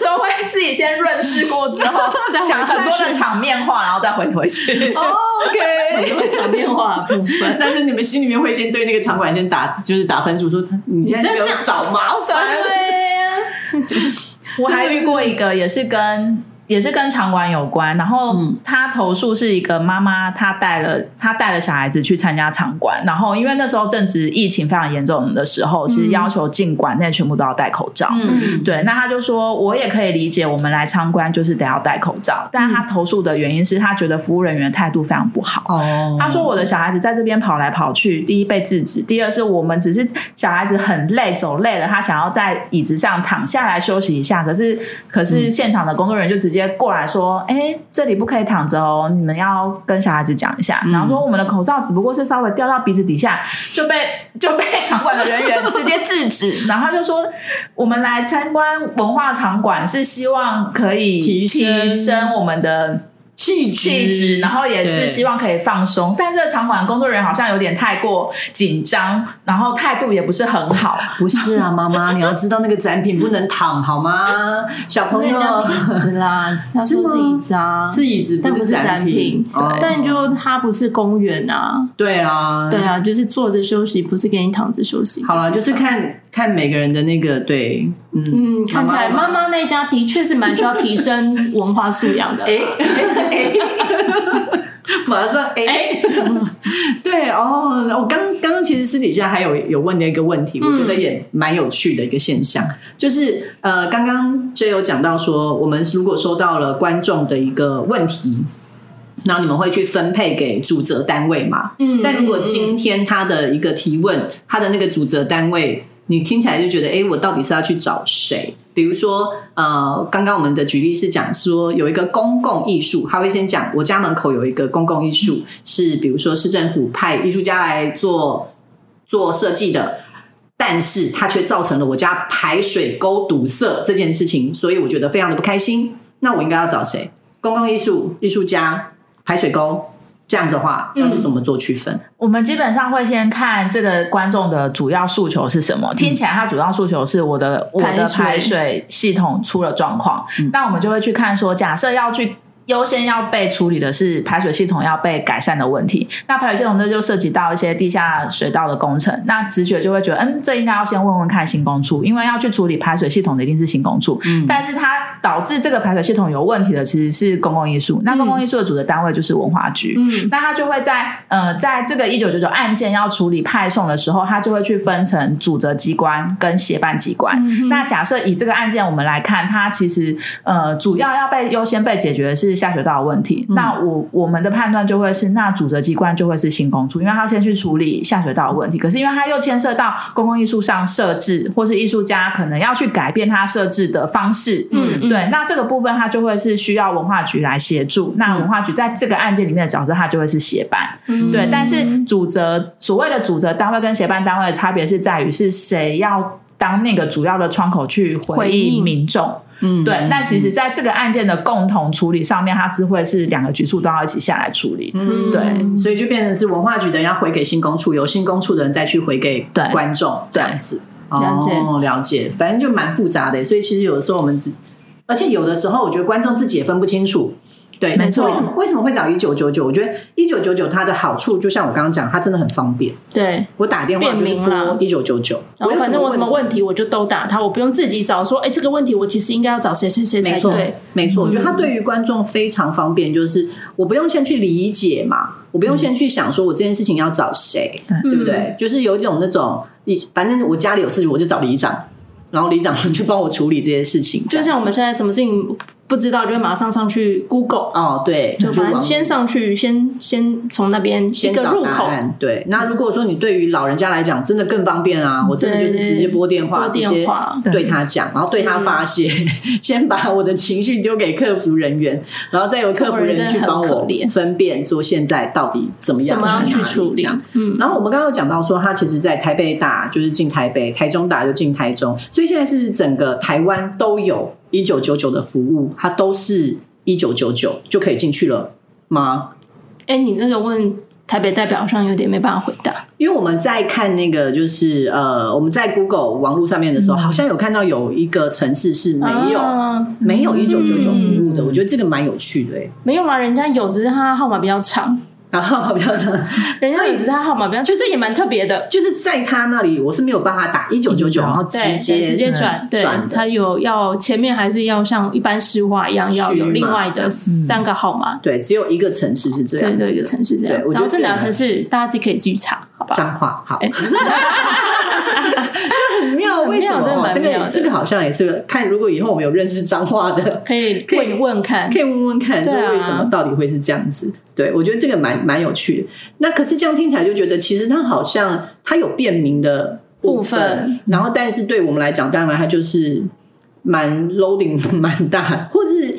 Speaker 3: 都会自己先润饰过之后
Speaker 2: 再回去
Speaker 3: 讲很多的场面话，然后再回回去。
Speaker 2: 哦 很
Speaker 1: OK，
Speaker 2: 多场面话的部分。
Speaker 1: 但是你们心里面会先对那个场馆先打，就是打分数，说他你现在
Speaker 2: 你
Speaker 1: 给我
Speaker 2: 真这样哦
Speaker 1: 找麻烦。
Speaker 2: 对
Speaker 1: 啊
Speaker 2: 呀，
Speaker 3: 我还遇过一个，也是跟也是跟场馆有关，然后
Speaker 1: 嗯
Speaker 3: 他投诉是一个妈妈，她带了她带了小孩子去参加场馆，然后因为那时候正值疫情非常严重的时
Speaker 2: 嗯
Speaker 3: 候，其实要求进馆内全部都要戴口罩。
Speaker 1: 嗯，
Speaker 3: 对，那他就说，我也可以理解，我们来参观就是得要戴口罩，但
Speaker 2: 嗯
Speaker 3: 他投诉的原因是他觉得服务人员态度非常不好。
Speaker 1: 哦
Speaker 3: 他说：“我的小孩子在这边跑来跑去，第一被制止，第二是我们只是小孩子很累，
Speaker 1: 嗯
Speaker 3: 走累了，他想要在椅子上躺下来休息一下。可是，可是现场的工作人员就直接接过来说：“哎，这里不可以躺着哦，你们要跟小孩子讲一下。
Speaker 1: 嗯
Speaker 3: 然后说我们的口罩只不过是稍微掉到鼻子底下，就被 就被场馆的人员 直接制止。然后他就说：“我们来参观文化场馆是希望可以
Speaker 1: 提升
Speaker 3: 提升我们的
Speaker 1: 气质，
Speaker 3: 气质，然后也是
Speaker 1: 对
Speaker 3: 希望可以放松。但这个场馆工作人员好像有点太过紧张，然后态度也不是很好。
Speaker 1: 不是 啊，妈妈，你要知道那个展品不能躺好吗？小朋
Speaker 2: 人
Speaker 1: 友
Speaker 2: 家 是椅子啦，他说是椅子啊，
Speaker 1: 是椅子，
Speaker 2: 但
Speaker 1: 不
Speaker 2: 不是展
Speaker 1: 品
Speaker 2: 品，，
Speaker 1: 哦
Speaker 2: 但就它不是公园啊，
Speaker 1: 对啊，
Speaker 2: 对。啊，就是坐着休息，不是给你躺着休息。
Speaker 1: 好了，就是看看每个人的那个对，嗯，
Speaker 2: 嗯，看起来
Speaker 1: 妈妈
Speaker 2: 妈妈那一家的确是蛮需要提升文化素养 的。
Speaker 1: 哎、哎 马上哎、
Speaker 2: 哎，
Speaker 1: 对哦，我刚刚刚其实私底下还有有问了一个问题，我觉得
Speaker 2: 嗯
Speaker 1: 也蛮有趣的一个现象，就是呃，刚刚 J 有讲到说，我们如果收到了观众的一个问题，然后你们会去分配给主责单位嘛？
Speaker 2: 嗯
Speaker 1: 但如果今天他的一个提问，他的那个主责单位，你听起来就觉得，哎，我到底是要去找谁？比如说，呃，刚刚我们的举例是讲说有一个公共艺术，他会先讲我家门口有一个公共艺术，是比如说市政府派艺术家来做做设计的，但是它却造成了我家排水沟堵塞这件事情，所以我觉得非常的不开心。那我应该要找谁？公共艺术艺术家、排水沟这样子的话，要是怎么做区分？
Speaker 3: 我们基本上会先看这个观众的主要诉求是什么。听起来他主要诉求是我的我的
Speaker 2: 排水
Speaker 3: 排水系统出了状况，那我们就会去看说，假设要去。优先要被处理的是排水系统要被改善的问题。那排水系统这就涉及到一些地下水道的工程，那直觉就会觉得，嗯，这应该要先问问看新工处，因为要去处理排水系统的一定是新工处。但是它导致这个排水系统有问题的其实是公共艺术，那公共艺术的主的单位就是文化局。
Speaker 2: 嗯，
Speaker 3: 那他就会在呃，在这个一九九九案件要处理派送的时候，他就会去分成主责机关跟协办机关。
Speaker 2: 嗯哼
Speaker 3: 那假设以这个案件我们来看，它其实呃主要要被优先被解决的是下水道的问
Speaker 2: 嗯
Speaker 3: 题。那我我们的判断就会是，那主责机关就会是新公处，因为他先去处理下水道的问题。可是因为它又牵涉到公共艺术上设置，或是艺术家可能要去改变他设置的方式，
Speaker 2: 嗯
Speaker 3: 对，那这个部分它就会是需要文化局来协助。那文化局在这个案件里面的角色，它就会是协办。
Speaker 2: 嗯
Speaker 3: 对，但是主责所谓的主责单位跟协办单位的差别是在于是谁要当那个主要的窗口去回
Speaker 2: 回
Speaker 3: 应
Speaker 2: 应
Speaker 3: 民众。
Speaker 1: 嗯
Speaker 3: 对，那其实在这个案件的共同处理上面，它只会是两个局处都要一起下来处理。
Speaker 1: 嗯
Speaker 3: 对
Speaker 1: 所以就变成是文化局的人要回给新公处，由新公处的人再去回给
Speaker 3: 对
Speaker 1: 观众这样子。
Speaker 2: 了解
Speaker 1: 哦，了解，反正就蛮复杂的。所以其实有的时候我们只，而且有的时候我觉得观众自己也分不清楚。对，
Speaker 3: 没错
Speaker 1: 为什么为什么会找一九九九？我觉得一九九九它的好处，就像我刚刚讲，它真的很方便。
Speaker 2: 对，
Speaker 1: 我打电话就是
Speaker 2: 便民啦
Speaker 1: 拨一九九九，
Speaker 2: 然后反正我有什么问题我就都打他，我不用自己找说，哎，这个问题我其实应该要找谁谁谁
Speaker 1: 没
Speaker 2: 才
Speaker 1: 错
Speaker 2: 对。，嗯
Speaker 1: 没错，我觉得它对于观众非常方便，就是我不用先去理解嘛，我不用先去想说我这件事情要找谁，对不
Speaker 2: 嗯
Speaker 1: 对？就是有一种那种，你反正我家里有事情，我就找里长，然后里长去帮我处理这些事情，
Speaker 2: 就
Speaker 1: 这样
Speaker 2: 像我们现在什么事情不知道，就会马上上去 Google，
Speaker 1: 哦，对，
Speaker 2: 就反正
Speaker 1: 往
Speaker 2: 先上去，先先从那边一
Speaker 1: 先
Speaker 2: 个
Speaker 1: 找
Speaker 2: 入
Speaker 1: 答
Speaker 2: 口，
Speaker 1: 案，对。那如果说你对于老人家来讲，真的更方便啊，我真的就是直接拨电话，
Speaker 2: 嗯拨
Speaker 1: 直
Speaker 2: 电
Speaker 1: 接
Speaker 2: 话，嗯
Speaker 1: 对他讲，然后对他发泄， 先把我的情绪丢给客服人员，然后再由客服人员去帮
Speaker 2: 哎客服人真的很
Speaker 1: 我
Speaker 2: 可怜
Speaker 1: 分辨说现在到底怎么
Speaker 2: 怎
Speaker 1: 样
Speaker 2: 么样去
Speaker 1: 哪里
Speaker 2: 处
Speaker 1: 这
Speaker 2: 理
Speaker 1: 样？
Speaker 2: 嗯，
Speaker 1: 然后我们刚刚有讲到说，他其实在台北打就是进台北，台中打就进台中，所以现在是整个台湾都有一九九九的服务，它都是一九九九就可以进去了吗？
Speaker 2: 哎，你这个问台北代表好像有点没办法回答。
Speaker 1: 因为我们在看那个，就是呃，我们在 Google 网络上面
Speaker 2: 嗯
Speaker 1: 的时候，好像有看到有一个城市是没有、
Speaker 2: 啊
Speaker 1: 没有一九九九服务的，
Speaker 3: 嗯
Speaker 1: 我觉得这个蛮有趣的、欸。
Speaker 2: 没有啦，人家有，只是他号码比较长，
Speaker 1: 然后比较长，
Speaker 2: 人家
Speaker 1: 所以
Speaker 2: 有，只是他号码比较，就这也蛮特别的。
Speaker 1: 就是在他那里，我是没有办法打一九九九，然后直
Speaker 2: 对，
Speaker 1: 接
Speaker 2: 直接转
Speaker 1: 嗯，
Speaker 2: 对
Speaker 1: 转，的
Speaker 2: 他有要前面还是要像一般市话一样，要
Speaker 1: 区嘛
Speaker 2: 有另外的三个号码，
Speaker 1: 对，只有一个城市是嗯这样
Speaker 2: 对
Speaker 1: 子的，
Speaker 2: 对，一个城市这样
Speaker 1: 对我。觉
Speaker 2: 然
Speaker 1: 得
Speaker 2: 后是
Speaker 1: 这
Speaker 2: 哪
Speaker 1: 个
Speaker 2: 个城市，大家自己可以自己查，好吧？
Speaker 1: 脏话好。
Speaker 2: 哎
Speaker 1: 很妙，
Speaker 2: 很
Speaker 1: 为什
Speaker 2: 妙真的
Speaker 1: 么？
Speaker 2: 蛮
Speaker 1: 这
Speaker 2: 妙
Speaker 1: 个
Speaker 2: 的
Speaker 1: 这个好像也是看，如果以后我们有认识脏话的，
Speaker 2: 可以
Speaker 1: 可以
Speaker 2: 问问看
Speaker 1: 可。以问问看，说
Speaker 2: 对啊
Speaker 1: 为什么到底会是这样子？对我觉得这个蛮蛮有趣的。那可是这样听起来就觉得，其实它好像它有便民的
Speaker 2: 部
Speaker 1: 分
Speaker 2: 分，
Speaker 1: 然后 但是对我们来讲，当然它就是蛮 loading 蛮大，或是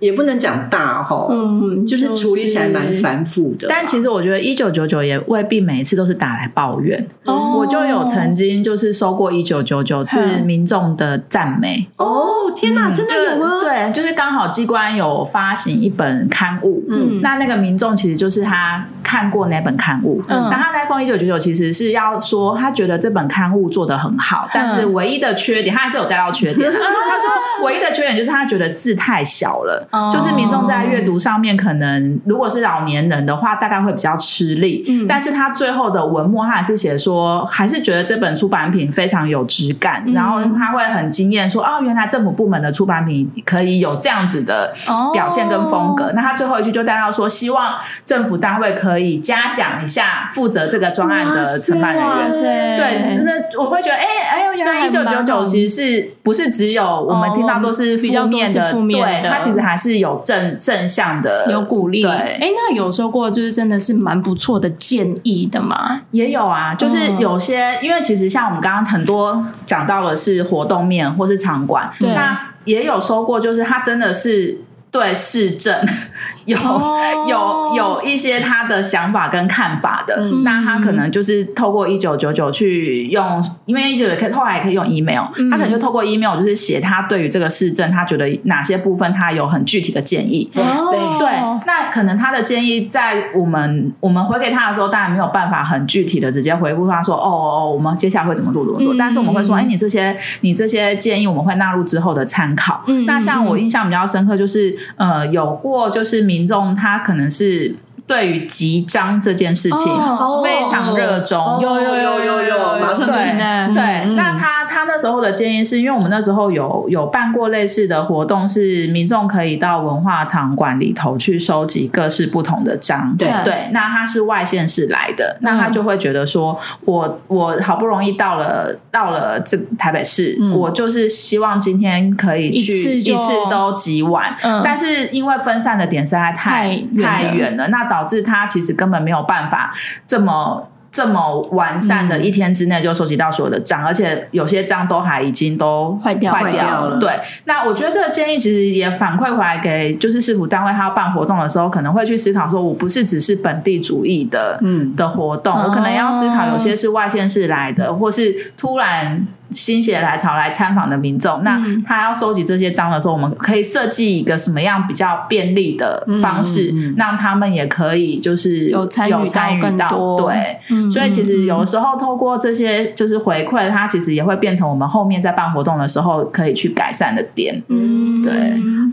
Speaker 1: 也不能讲大哈，
Speaker 2: 嗯
Speaker 1: 就是处理起来蛮繁复的啦。
Speaker 3: 但其实我觉得一九九九也未必每一次都是打来抱怨，
Speaker 2: 哦
Speaker 3: 我就有曾经就是收过一九九九是
Speaker 2: 嗯
Speaker 3: 民众的赞美，
Speaker 1: 哦，天哪，真的有吗？
Speaker 3: 嗯对，就是刚好机关有发行一本刊物，
Speaker 1: 嗯
Speaker 3: 那那个民众其实就是他看过那本刊物，
Speaker 2: 嗯
Speaker 3: 那他那封一九九九其实是要说他觉得这本刊物做得很
Speaker 1: 嗯
Speaker 3: 好，但是唯一的缺点，他还是有带到缺点啊，他说唯一的缺点就是他觉得字太小了，
Speaker 2: 哦
Speaker 3: 就是民众在阅读上面可能如果是老年人的话，大概会比较吃力，
Speaker 2: 嗯
Speaker 3: 但是他最后的文末他还是写说，还是觉得这本出版品非常有质感，
Speaker 2: 嗯
Speaker 3: 然后他会很惊艳说，哦，原来政府部门的出版品可以有这样子的
Speaker 2: 哦
Speaker 3: 表现跟风格。那他最后一句就带到说，希望政府单位可以嘉奖一下负责这个专案的承办人
Speaker 2: 哇
Speaker 3: 员。
Speaker 2: 塞，
Speaker 3: 对，那我会觉得，哎、哎呦，原来
Speaker 2: 这
Speaker 3: 一九
Speaker 2: 还
Speaker 3: 九
Speaker 2: 蛮好
Speaker 3: 九其实是不是只有我们听到都是
Speaker 2: 哦比较
Speaker 3: 负
Speaker 2: 多
Speaker 3: 面
Speaker 2: 是
Speaker 3: 的？
Speaker 2: 负面的
Speaker 3: 对，它其实还是有正正向的，
Speaker 2: 有鼓励。
Speaker 3: 对
Speaker 2: 哎、那有收过就是真的是蛮不错的建议的嘛？
Speaker 3: 也有啊，就是
Speaker 2: 嗯
Speaker 3: 有些，因为其实像我们刚刚很多讲到的是活动面或是场馆，
Speaker 2: 对
Speaker 3: 那也有收过，就是他真的是对市政 有、
Speaker 2: 哦
Speaker 3: 有有一些他的想法跟看法的，
Speaker 1: 嗯
Speaker 3: 那他可能就是透过一九九九去用，因为一九九可以后来也可以用 email，、
Speaker 2: 嗯
Speaker 3: 他可能就透过 email 就是写他对于这个市政，他觉得哪些部分他有很具体的建议，
Speaker 1: 哇塞
Speaker 2: 哦
Speaker 3: 对，那可能他的建议在我们我们回给他的时候，当然没有办法很具体的直接回复他说，哦哦，我们接下来会怎么做怎么做。
Speaker 2: 嗯
Speaker 3: 但是我们会说，哎，你这些你这些建议我们会纳入之后的参考。
Speaker 2: 嗯
Speaker 3: 那像我
Speaker 2: 嗯
Speaker 3: 印象比较深刻就是，呃，有过就是民众他可能是对于集章这件事情。
Speaker 2: 哦
Speaker 3: 非常热衷
Speaker 1: 哦
Speaker 2: 有有有有有有
Speaker 1: 马上就
Speaker 3: 对
Speaker 2: 嗯嗯
Speaker 3: 对，
Speaker 1: 嗯
Speaker 3: 那他他那时候的建议是因为我们那时候有有办过类似的活动，是民众可以到文化场馆里头去收集各式不同的章。
Speaker 2: 嗯
Speaker 1: 对
Speaker 3: 对，那他是外县市来的，那他就会觉得说，我我好不容易到了到了这台北市，
Speaker 1: 嗯
Speaker 3: 我就是希望今天可以去
Speaker 2: 一次就
Speaker 3: 都集完。
Speaker 2: 嗯
Speaker 3: 但是因为分散的点实在太
Speaker 2: 太远了
Speaker 3: 太远了，那导致他其实根本没有办法这么这么完善的一天之内就收集到所有的章，而且有些章都还已经都
Speaker 2: 坏掉
Speaker 3: 坏
Speaker 1: 坏掉
Speaker 3: 掉
Speaker 1: 了
Speaker 3: 对，那我觉得这个建议其实也反馈回来给就是市府单位，他要办活动的时候，可能会去思考说，我不是只是本地主义的
Speaker 1: 嗯，
Speaker 3: 的活动，
Speaker 2: 哦
Speaker 3: 我可能要思考有些是外县市来的，或是突然心血来潮来参访的民众，那
Speaker 2: 嗯
Speaker 3: 他要收集这些章的时候，我们可以设计一个什么样比较便利的方式，
Speaker 1: 嗯嗯嗯
Speaker 3: 让他们也可以就是
Speaker 2: 有参与到
Speaker 3: 有参
Speaker 2: 更
Speaker 3: 与
Speaker 2: 多
Speaker 3: 对。
Speaker 2: 嗯
Speaker 3: 所以其实有时候透过这些就是回馈，它其实也会变成我们后面在办活动的时候可以去改善的 点。
Speaker 2: 嗯
Speaker 3: 对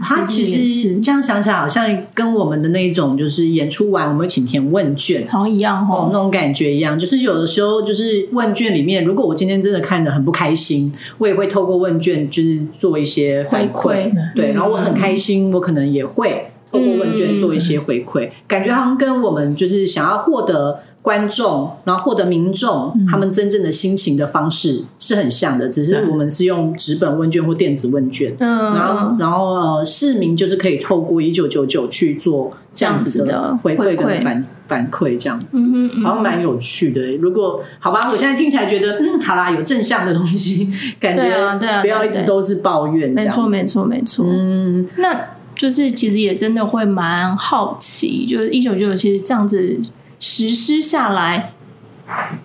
Speaker 1: 他其实这样想想，好像跟我们的那种就是演出完我们会请填问卷。
Speaker 2: 好像一样
Speaker 1: 哦，
Speaker 2: 哦，
Speaker 1: 那种感觉一样，就是有的时候，就是问卷里面，如果我今天真的看得很不开心，我也会透过问卷，就是做一些反
Speaker 2: 回
Speaker 1: 馈，嗯对，然后我很开心，我可能也会透过问卷做一些回馈，感觉好像跟我们就是想要获得观众，然后获得民众、他们真正的心情的方式是很像的，只是
Speaker 3: 对
Speaker 1: 我们是用纸本问卷或电子问卷，
Speaker 2: 嗯，
Speaker 1: 然后，然后呃，市民就是可以透过一九九九去做这样子
Speaker 2: 这样子的
Speaker 1: 的回馈
Speaker 2: 回馈
Speaker 1: 跟反反馈，这样子，
Speaker 2: 嗯嗯嗯
Speaker 1: 好像蛮有趣的欸。如果好吧，我现在听起来觉得，嗯，好啦，有正向的东西， 感觉
Speaker 2: 对啊对啊
Speaker 1: 不要
Speaker 2: 对
Speaker 1: 一
Speaker 2: 对
Speaker 1: 直都是抱怨，
Speaker 2: 没错没
Speaker 1: 错，
Speaker 2: 错没错，
Speaker 1: 嗯，
Speaker 2: 那就是其实也真的会蛮好奇，就是一九九九其实这样子实施下来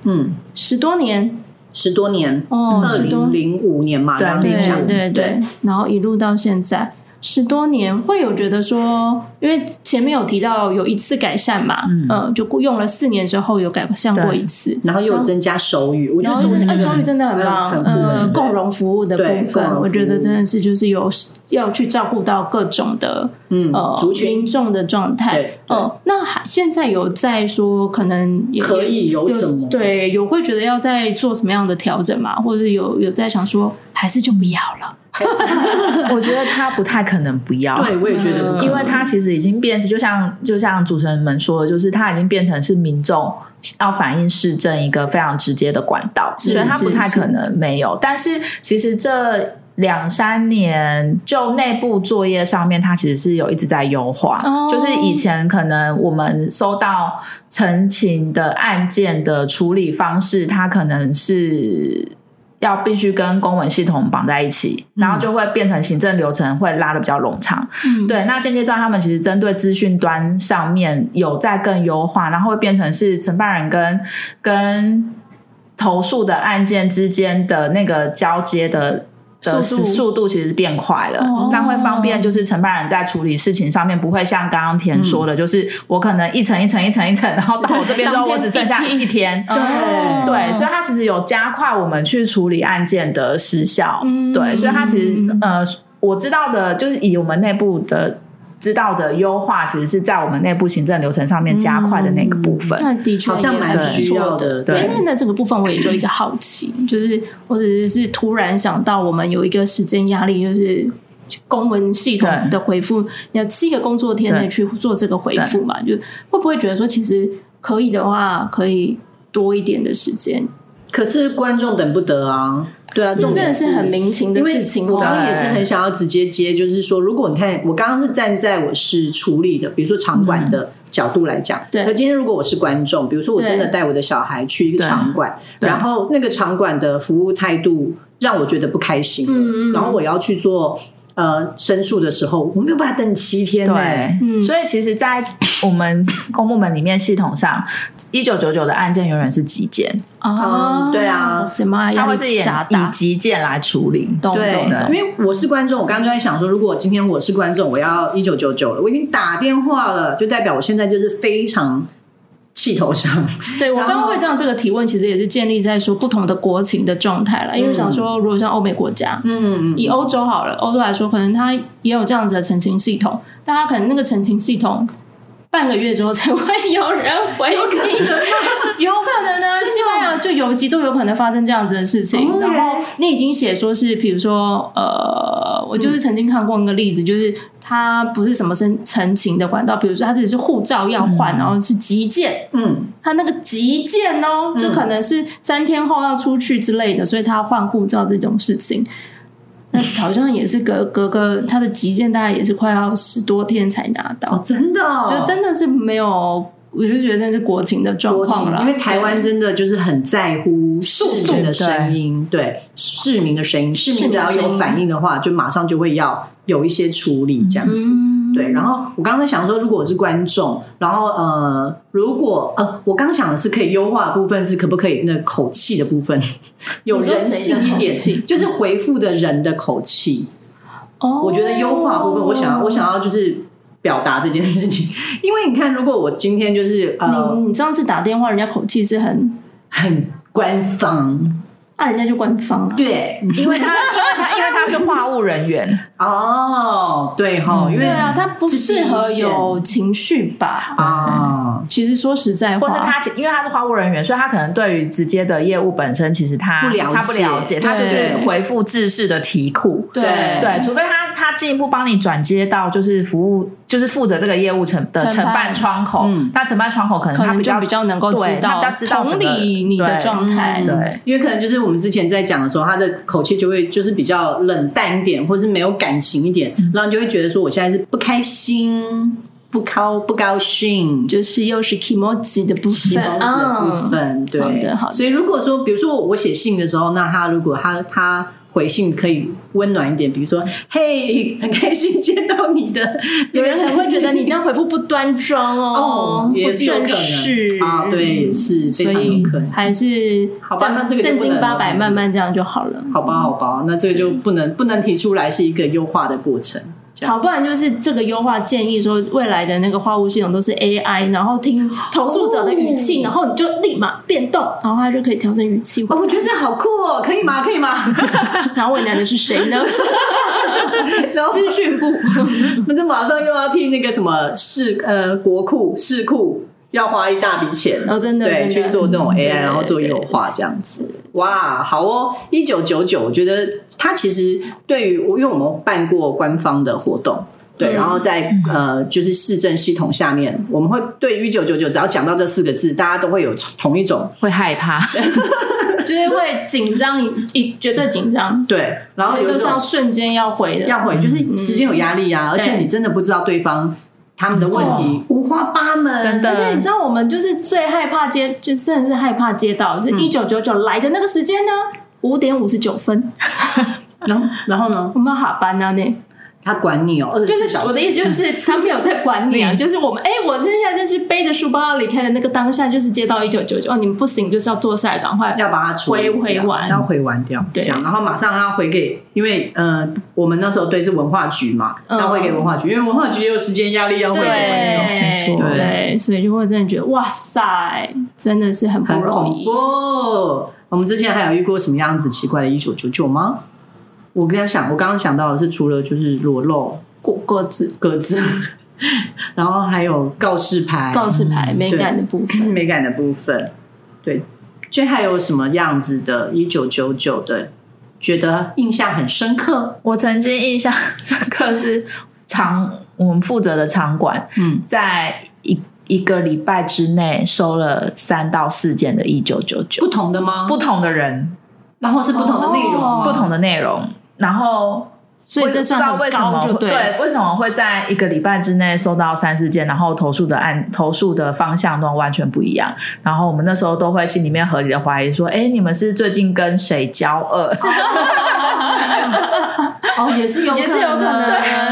Speaker 1: 嗯，
Speaker 2: 十多年
Speaker 1: 十多年，
Speaker 2: 哦，
Speaker 1: 嗯二
Speaker 2: 十多
Speaker 1: 零零五年嘛，
Speaker 3: 对
Speaker 1: 两
Speaker 2: 对
Speaker 1: 零这样，
Speaker 2: 对对，然后一路到现在十多年，会有觉得说，因为前面有提到有一次改善嘛，嗯、就用了四年之后有改善过一次。
Speaker 1: 然后又有增加手语，我觉
Speaker 2: 然
Speaker 1: 得
Speaker 2: 后
Speaker 1: 中文那
Speaker 2: 真的，哎，
Speaker 1: 个
Speaker 2: 双语真的很
Speaker 1: 很
Speaker 2: 棒，
Speaker 1: 很酷
Speaker 2: 呃，
Speaker 1: 欸
Speaker 2: 共融服务的
Speaker 1: 对
Speaker 2: 部
Speaker 1: 共融
Speaker 2: 分，
Speaker 1: 服务
Speaker 2: 我觉得真的是就是有要去照顾到各种的
Speaker 1: 嗯
Speaker 2: 呃
Speaker 1: 族群
Speaker 2: 民众的状态。
Speaker 1: 对对
Speaker 2: 哦，那还现在有在说可能也
Speaker 1: 可以有什么
Speaker 2: 对，有会觉得要再做什么样的调整嘛，或者是有有在想说，还是就不要了。
Speaker 3: 我觉得他不太可能不要，
Speaker 1: 对，我也觉得不可能，
Speaker 3: 因为它其实已经变成，就像就像主持人们说的，就是它已经变成是民众要反映市政一个非常直接的管道，所以它不太可能没有。但是其实这两三年就内部作业上面，它其实是有一直在优化，
Speaker 2: 哦
Speaker 3: 就是以前可能我们收到陈情的案件的处理方式，它可能是。要必须跟公文系统绑在一起，然后就会变成行政流程会拉的比较冗长。
Speaker 2: 嗯，
Speaker 3: 对，那现阶段他们其实针对资讯端上面有在更优化，然后会变成是承办人跟跟投诉的案件之间的那个交接的。的
Speaker 2: 速度
Speaker 3: 速度其实变快了，
Speaker 2: 哦
Speaker 3: 那会方便，就是承办人在处理事情上面不会像刚刚田说的，
Speaker 2: 嗯
Speaker 3: 就是我可能一层一层一层一层，然后到我这边之后我只剩下一天，
Speaker 2: 哦
Speaker 3: 对，所以它其实有加快我们去处理案件的时效。
Speaker 2: 嗯
Speaker 3: 对，所以它其实
Speaker 2: 嗯
Speaker 3: 呃，我知道的就是以我们内部的知道的优化，其实是在我们内部行政流程上面加快的那个部分。
Speaker 2: 那的确
Speaker 1: 好像
Speaker 2: 也
Speaker 1: 蛮
Speaker 2: 不
Speaker 1: 需
Speaker 2: 错
Speaker 1: 要的
Speaker 3: 对
Speaker 2: 哎那那这个部分我也就一个好奇，就是我只是突然想到，我们有一个时间压力，就是公文系统
Speaker 3: 对
Speaker 2: 的回复，你要七个工作天内
Speaker 3: 对
Speaker 2: 去做这个回复嘛？就会不会觉得说，其实可以的话，可以多一点的时间？
Speaker 1: 可是观众等不得啊，对啊，
Speaker 2: 这
Speaker 1: 重
Speaker 2: 真
Speaker 1: 点
Speaker 2: 的是很民情的
Speaker 1: 因
Speaker 2: 事
Speaker 1: 为
Speaker 2: 情
Speaker 1: 我刚刚
Speaker 2: 哦。
Speaker 1: 也是很想要直接接，就是说，如果你看我刚刚是站在我是处理的，比如说场馆的角度来讲，
Speaker 2: 对
Speaker 1: 可今天如果我是观众，比如说我真的
Speaker 2: 对
Speaker 1: 带我的小孩去一个
Speaker 3: 对
Speaker 1: 场馆，
Speaker 3: 对
Speaker 1: 然后那个场馆的服务态度让我觉得不开心了，
Speaker 2: 嗯嗯嗯
Speaker 1: 然后我要去做呃申诉的时候，我没有办法等七天呢、
Speaker 3: 对，
Speaker 2: 嗯
Speaker 3: 所以其实，在我们 公部门里面系统上，一九九九的案件永远是急件，
Speaker 2: 啊
Speaker 1: 嗯对啊
Speaker 2: 什么
Speaker 3: 它
Speaker 2: 压
Speaker 3: 会
Speaker 2: 力
Speaker 3: 是以
Speaker 2: 加
Speaker 3: 以
Speaker 2: 大，
Speaker 3: 急件来处理。
Speaker 2: 懂懂
Speaker 1: 对，
Speaker 2: 懂。
Speaker 1: 因为我是观众，我刚刚就在想说，如果今天我是观众，我要一九九九了，我已经打电话了，就代表我现在就是非常气头上。
Speaker 2: 对我刚刚会这样这个提问，其实也是建立在说不同的国情的状态了。因为我想说，如果像欧美国家，
Speaker 1: 嗯，
Speaker 2: 以欧洲好了，欧洲来说，可能它也有这样子的澄清系统，但它可能那个澄清系统半个月之后才会有人回应，有可能， 呢。西班牙就有极都有可能发生这样子的事情。
Speaker 1: OK
Speaker 2: 然后你已经写说是，比如说，呃，我就是曾经看过一个例子，就是它不是什么申澄清的管道，比如说它只是护照要换，然后是急件。
Speaker 1: 嗯，
Speaker 2: 他那个急件哦，就可能是三天后要出去之类的，所以他要换护照这种事情。那好像也是隔隔个他的急件，大概也是快要十多天才拿
Speaker 1: 哦
Speaker 2: 到，，
Speaker 1: 真的、哦，
Speaker 2: 就真的是没有，我就觉得真的是国情的状
Speaker 1: 国
Speaker 2: 况
Speaker 1: 情
Speaker 2: 了。
Speaker 1: 因为台湾真的就是很在乎市民的声音，对市民的声音，市民只要有反应的话，就马上就会要有一些处理这样子。
Speaker 2: 嗯，
Speaker 1: 对，然后我刚刚在想说，如果我是观众，然后呃，如果呃，我刚想的是可以优化的部分是可不可以那口气的部 分有人性一
Speaker 2: 你说谁
Speaker 1: 点
Speaker 2: 的口气，
Speaker 1: 就是回复的人的口气，
Speaker 2: 哦，
Speaker 1: 我觉得优化的部分，我想要我想要就是表达这件事情， 因为你看，如果我今天就是呃
Speaker 2: 你你上次打电话，人家口气是很，
Speaker 1: 很官方，
Speaker 2: 啊，人家就官方啊，
Speaker 1: 对，
Speaker 3: 因为他，因为他是话务人员，
Speaker 1: 哦，对哈，
Speaker 3: 嗯
Speaker 1: 因为
Speaker 2: 对啊，他不
Speaker 1: 是第一
Speaker 2: 适合
Speaker 1: 线
Speaker 2: 有情绪吧？
Speaker 1: 啊，
Speaker 2: 其实说实在
Speaker 3: 或
Speaker 2: 话，
Speaker 3: 是他其，因为他是花务人员，所以他可能对于直接的业务本身，其实
Speaker 1: 不
Speaker 3: 他
Speaker 1: 了解
Speaker 3: 他不了解，
Speaker 2: 对
Speaker 3: 他就是回复制式的题库。
Speaker 2: 对
Speaker 1: 对
Speaker 3: 对，除非他他进一步帮你转接到就是服务，就是负责这个业务承的
Speaker 2: 承
Speaker 3: 承
Speaker 2: 办
Speaker 3: 办窗口，
Speaker 1: 嗯
Speaker 3: 那承办窗口可能
Speaker 2: 可
Speaker 3: 他
Speaker 2: 能
Speaker 3: 比
Speaker 2: 就
Speaker 3: 较
Speaker 2: 比较能够
Speaker 3: 对
Speaker 2: 知
Speaker 3: 他
Speaker 2: 道
Speaker 3: 比较知道
Speaker 2: 同
Speaker 3: 整个
Speaker 2: 理你的
Speaker 3: 对
Speaker 2: 状态，
Speaker 1: 嗯
Speaker 3: 对
Speaker 1: 因为可能就是我们之前在讲的时候，他的口气就会就是比较冷淡一点，或者是没有感情一点，然后你就会觉得说我现在是不开心、不高不高兴。
Speaker 2: 就是又是 emoji 的部
Speaker 1: 喜
Speaker 2: 分
Speaker 1: 欢的部分，对，
Speaker 2: 哦好的好的
Speaker 1: 所以如果说，比如说我写信的时候，那他如果他他回信可以温暖一点，比如说，嘿，很开心见到你的，
Speaker 2: 有人可能会觉得你这样回复不端庄哦，
Speaker 1: 哦也
Speaker 2: 不
Speaker 1: 是有可
Speaker 2: 正
Speaker 1: 能
Speaker 2: 式
Speaker 1: 啊对也是非
Speaker 2: 所
Speaker 1: 常
Speaker 2: 以
Speaker 1: 有可能
Speaker 2: 还是
Speaker 1: 好吧
Speaker 2: 正
Speaker 1: 那这个就
Speaker 2: 正
Speaker 1: 不能
Speaker 2: 经
Speaker 1: 了
Speaker 2: 八百
Speaker 1: 是
Speaker 2: 慢慢这样就好了。
Speaker 1: 好吧，好吧，那这个就不能不能提出来是一个优化的过程，这样
Speaker 2: 好，不然就是这个优化建议说，未来的那个话务系统都是 AI，然后听投诉者的语气，
Speaker 1: 哦
Speaker 2: 然后你就立马变动，然后它就可以调整语 气。
Speaker 1: 哦，我觉得这好酷哦，可以吗？可以吗？
Speaker 2: 然后为难的是谁呢？
Speaker 1: 然 后
Speaker 2: 资讯 部。
Speaker 1: 我这马上又要替那个什么市呃国库市库要花一大笔钱，
Speaker 2: 哦真的
Speaker 1: 对
Speaker 2: 真的
Speaker 1: 去做这种
Speaker 2: 嗯对
Speaker 1: AI，然后做优化这样子。哇，好哦，一九九九，我觉得它其实对于我因为我们办过官方的活动。对，
Speaker 2: 嗯
Speaker 1: 然后在呃，就是市政系统下面，我们会对于一九九九，只要讲到这四个字，大家都会有同一种
Speaker 3: 会害怕。
Speaker 2: 就是会紧张一一绝对紧张，
Speaker 1: 对，然后有一
Speaker 2: 都是
Speaker 1: 种
Speaker 2: 要瞬间要回的，
Speaker 1: 要回，就是时间有压力啊，而且你真的不知道嗯对哦方他们的问题五花八门，
Speaker 3: 真的
Speaker 2: 而且你知道，我们就是最害怕接，就真的是害怕接到，就是一九九九来的那个时间呢，五点五十九分，
Speaker 1: 然后然后呢？
Speaker 2: 我们要下班啊呢。
Speaker 1: 他管你哦，二十
Speaker 2: 就
Speaker 1: 四
Speaker 2: 是
Speaker 1: 小
Speaker 2: 我的
Speaker 1: 时。
Speaker 2: 意思，就是他没有在管你啊，就是我们哎、我现在真是背着书包要离开的那个当下，就是接到一九九九，哦，你们不行，就是要坐下来，赶快
Speaker 1: 要把它处理
Speaker 2: 回回
Speaker 1: 掉
Speaker 2: 完
Speaker 1: 要回完掉，
Speaker 2: 对
Speaker 1: 这样，然后马上要回给，因为呃，我们那时候对是文化局嘛，
Speaker 2: 嗯
Speaker 1: 要回给文化局，因为文化局也有时间压力要回
Speaker 2: 对
Speaker 1: 给观众，
Speaker 3: 没
Speaker 1: 错
Speaker 2: 对，所以就会真的觉得哇塞，真的是很不
Speaker 1: 很
Speaker 2: 容
Speaker 1: 恐
Speaker 2: 易
Speaker 1: 怖。。我们之前还有遇过什么样子奇怪的一九九九吗？我刚刚想，我刚刚想到的是，除了就是裸露、
Speaker 2: 过过字
Speaker 1: 格子， 然后还有告示牌、
Speaker 2: 告示牌美感的部分，
Speaker 1: 美感的部分，对，所以还有什么样子的？一九九九的，觉得印象很深刻，
Speaker 3: 我曾经印象 深刻是场我们负责的场馆
Speaker 1: 嗯，
Speaker 3: 在一一个礼拜之内收了三到四件的一九九
Speaker 1: 不
Speaker 3: 九，
Speaker 1: 同的吗？
Speaker 3: 不，同的人，
Speaker 1: 然后是不同的内容吗，
Speaker 2: 哦
Speaker 3: 不同的内容，然后
Speaker 2: 所以这算
Speaker 3: 我也
Speaker 2: 很
Speaker 3: 不知道为
Speaker 2: 高
Speaker 3: 什
Speaker 2: 就
Speaker 3: 么
Speaker 2: 对了。
Speaker 3: 对，为什么会在一个礼拜之内收到三四件，然后投诉的案投诉的方向都完全不一样。然后我们那时候都会心里面合理的怀疑说，哎，你们是最近跟谁交恶？
Speaker 1: 哦，也是有
Speaker 2: 也是有可能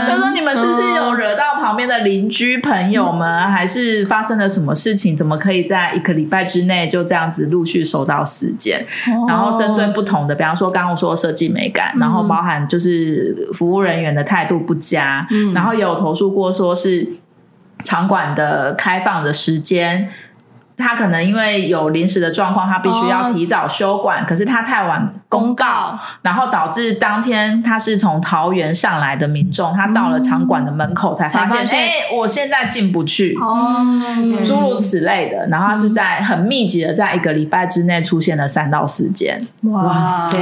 Speaker 3: 他说嗯你们是不是有惹到旁边的邻居朋友们，还是发生了什么事情？怎么可以在一个礼拜之内就这样子陆续收到事件？然后针对不同的，比方说刚刚我说的设计美感，然后包含就是服务人员的态度不佳，然后也有投诉过说是场馆的开放的时间。他可能因为有临时的状况，他必须要
Speaker 2: 哦
Speaker 3: 提早休馆，可是他太晚公
Speaker 2: 公
Speaker 3: 告
Speaker 2: 告，
Speaker 3: 然后导致当天他是从桃园上来的民众，他到了场馆的门口才发
Speaker 2: 才
Speaker 3: 现，
Speaker 2: 发现
Speaker 3: 哎、我现在进不去，
Speaker 2: 哦
Speaker 3: 诸如此类的。然后他是在很密集的，在一个礼拜之内出现了三到四件，
Speaker 1: 哇塞，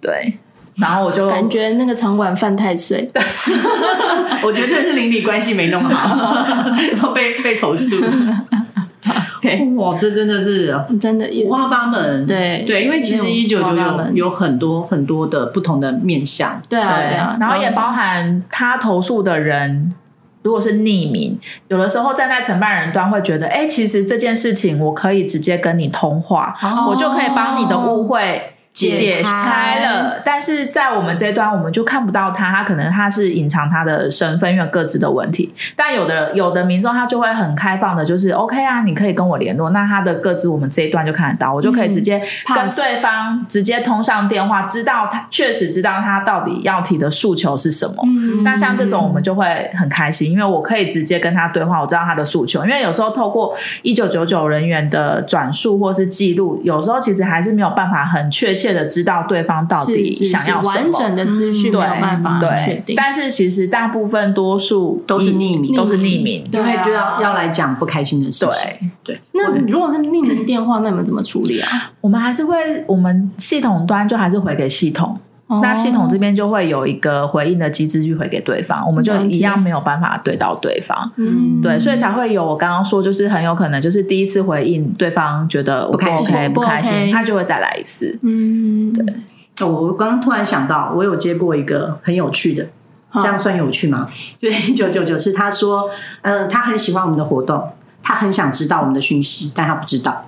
Speaker 3: 对。然后我就
Speaker 2: 感觉那个场馆犯太岁，
Speaker 1: 我觉得这是邻里关系没弄 好，然后被被投诉。哇，这真的是
Speaker 2: 真的也
Speaker 1: 五花八门。
Speaker 2: 对
Speaker 1: 对，因为其实一九九
Speaker 2: 五花八
Speaker 1: 九
Speaker 2: 门
Speaker 1: 有很多很多的不同的面向。
Speaker 2: 对啊对啊，
Speaker 3: 然后也包含他投诉的人。如果是匿名，有的时候站在承办人端会觉得，哎、其实这件事情我可以直接跟你通话，
Speaker 2: 哦
Speaker 3: 我就可以帮你的误会
Speaker 2: 解开
Speaker 3: 解开了。但是在我们这端，我们就看不到他，他可能他是隐藏他的身份，因为各自的问题。但有的有的民众他就会很开放的，就是 OK 啊，你可以跟我联络，那他的各自我们这一段就看得到，我就可
Speaker 2: 嗯
Speaker 3: 以直接跟
Speaker 2: pass
Speaker 3: 对方直接通上电话，知道他确实知道他到底要提的诉求是什么。
Speaker 2: 嗯
Speaker 3: 那像这种我们就会很开心，因为我可以直接跟他对话，我知道他的诉求。因为有时候透过一九九九人员的转述或是记录，有时候其实还是没有办法很确切的知道对方到底
Speaker 2: 是是
Speaker 3: 想
Speaker 2: 是
Speaker 3: 要什
Speaker 2: 完
Speaker 3: 么。嗯
Speaker 2: 整的资讯没
Speaker 3: 对
Speaker 2: 有办法确
Speaker 3: 对，
Speaker 2: 定，
Speaker 3: 但是其实大部分多数
Speaker 1: 都是
Speaker 3: 以
Speaker 1: 匿名
Speaker 3: 都是匿名。
Speaker 2: 对
Speaker 1: 因
Speaker 2: 啊
Speaker 1: 为就要要来讲不开心的事情。
Speaker 3: 对，
Speaker 1: 对，
Speaker 2: 那
Speaker 1: 我
Speaker 2: 如果是匿名电话，那你们怎么处理啊？
Speaker 3: 我们还是会，我们系统端就还是回给系统，
Speaker 2: 哦
Speaker 3: 那系统这边就会有一个回应的机制去回给对方，我们就
Speaker 2: 了解
Speaker 3: 一样没有办法对到对方。
Speaker 2: 嗯
Speaker 3: 对，所以才会有我刚刚说，就是很有可能就是第一次回应对方觉得我
Speaker 1: 不
Speaker 3: 不
Speaker 1: 开心
Speaker 3: OK
Speaker 2: 不
Speaker 3: 不开
Speaker 2: OK
Speaker 3: 心，他就会再来一次。
Speaker 2: 嗯，对，
Speaker 1: 哦我刚刚突然想到，我有接过一个很有趣的，这样算有趣吗？ 就是一九九九是他说，嗯，他很喜欢我们的活动，他很想知道我们的讯息，但他不知道。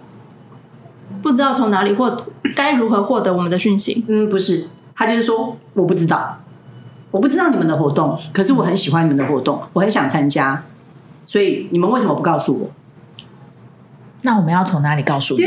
Speaker 2: 不知道从哪里获，该如何获得我们的讯息？
Speaker 1: 嗯，不是，他就是说我不知道，我不知道你们的活动，可是我很喜欢你们的活动，我很想参加，所以你们为什么不告诉我？
Speaker 3: 那我们要从哪里告诉你？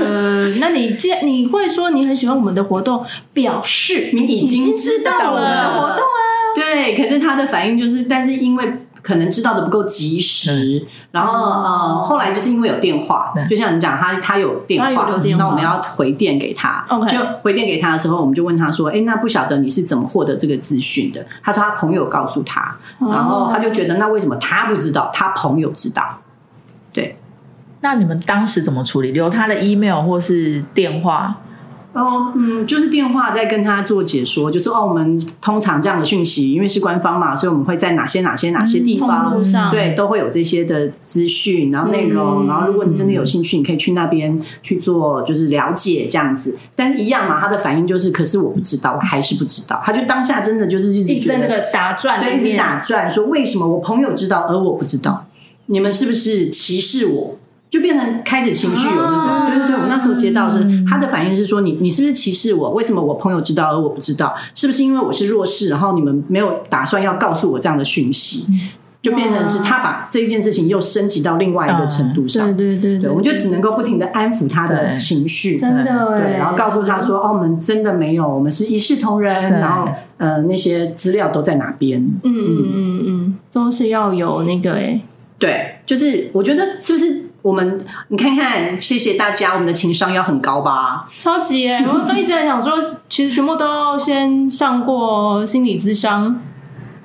Speaker 2: 呃，那你这你会说你很喜欢我们的活动，表示
Speaker 1: 你已经
Speaker 2: 已经知道我们的活动啊，
Speaker 1: 对，可是他的反应就是，但是因为可能知道的不够及时，然后
Speaker 2: 哦
Speaker 1: 呃，后来就是因为有电话，
Speaker 3: 对
Speaker 1: 就像你讲，他他有电
Speaker 2: 他有
Speaker 1: 话
Speaker 2: 留，电话
Speaker 1: 那我们要回电给他
Speaker 2: OK
Speaker 1: 就回电给他的时候，我们就问他说：“哎，那不晓得你是怎么获得这个资讯的？”他说他朋友告诉他，
Speaker 2: 哦
Speaker 1: 然后他就觉得那为什么他不知道，他朋友知道？
Speaker 3: 那你们当时怎么处理？留他的 email 或是电话？
Speaker 1: 哦，嗯，就是电话在跟他做解说，就说哦，我们通常这样的讯息，因为是官方嘛，所以我们会在哪些哪些哪些地方，
Speaker 2: 嗯通路上
Speaker 1: 对，都会有这些的资讯，然后内容，
Speaker 2: 嗯
Speaker 1: 然后如果你真的有兴趣，你可以去那边去做，就是了解这样子。但是一样嘛，他的反应就是，可是我不知道，我还是不知道。他就当下真的就是一直
Speaker 2: 一直
Speaker 1: 觉
Speaker 2: 在那
Speaker 1: 得，
Speaker 2: 个打转
Speaker 1: 对，
Speaker 2: 里
Speaker 1: 一直
Speaker 2: 面，
Speaker 1: 打转，说为什么我朋友知道而我不知道？你们是不是歧视我？就变成开始情绪有那种，
Speaker 2: 啊
Speaker 1: 对对对，我那时候接到的是他的反应是说你你是不是歧视我？为什么我朋友知道而我不知道？是不是因为我是弱势，然后你们没有打算要告诉我这样的讯息？就变成是他把这一件事情又升级到另外一个程度上
Speaker 2: 对，对啊对
Speaker 1: 对，我们就只能够不停的安抚他的
Speaker 3: 对
Speaker 1: 情绪，
Speaker 2: 真的哎
Speaker 1: 对，然后告诉他说，哦，我们真的没有，我们是一视同仁，
Speaker 3: 对
Speaker 1: 然后呃，那些资料都在哪边？
Speaker 2: 嗯嗯嗯嗯，都是要有那个哎，
Speaker 1: 对，就是我觉得是不是我们，你看看，谢谢大家，我们的情商要很高吧？
Speaker 2: 超级哎，我都一直在想说，其实全部都要先上过心理咨商，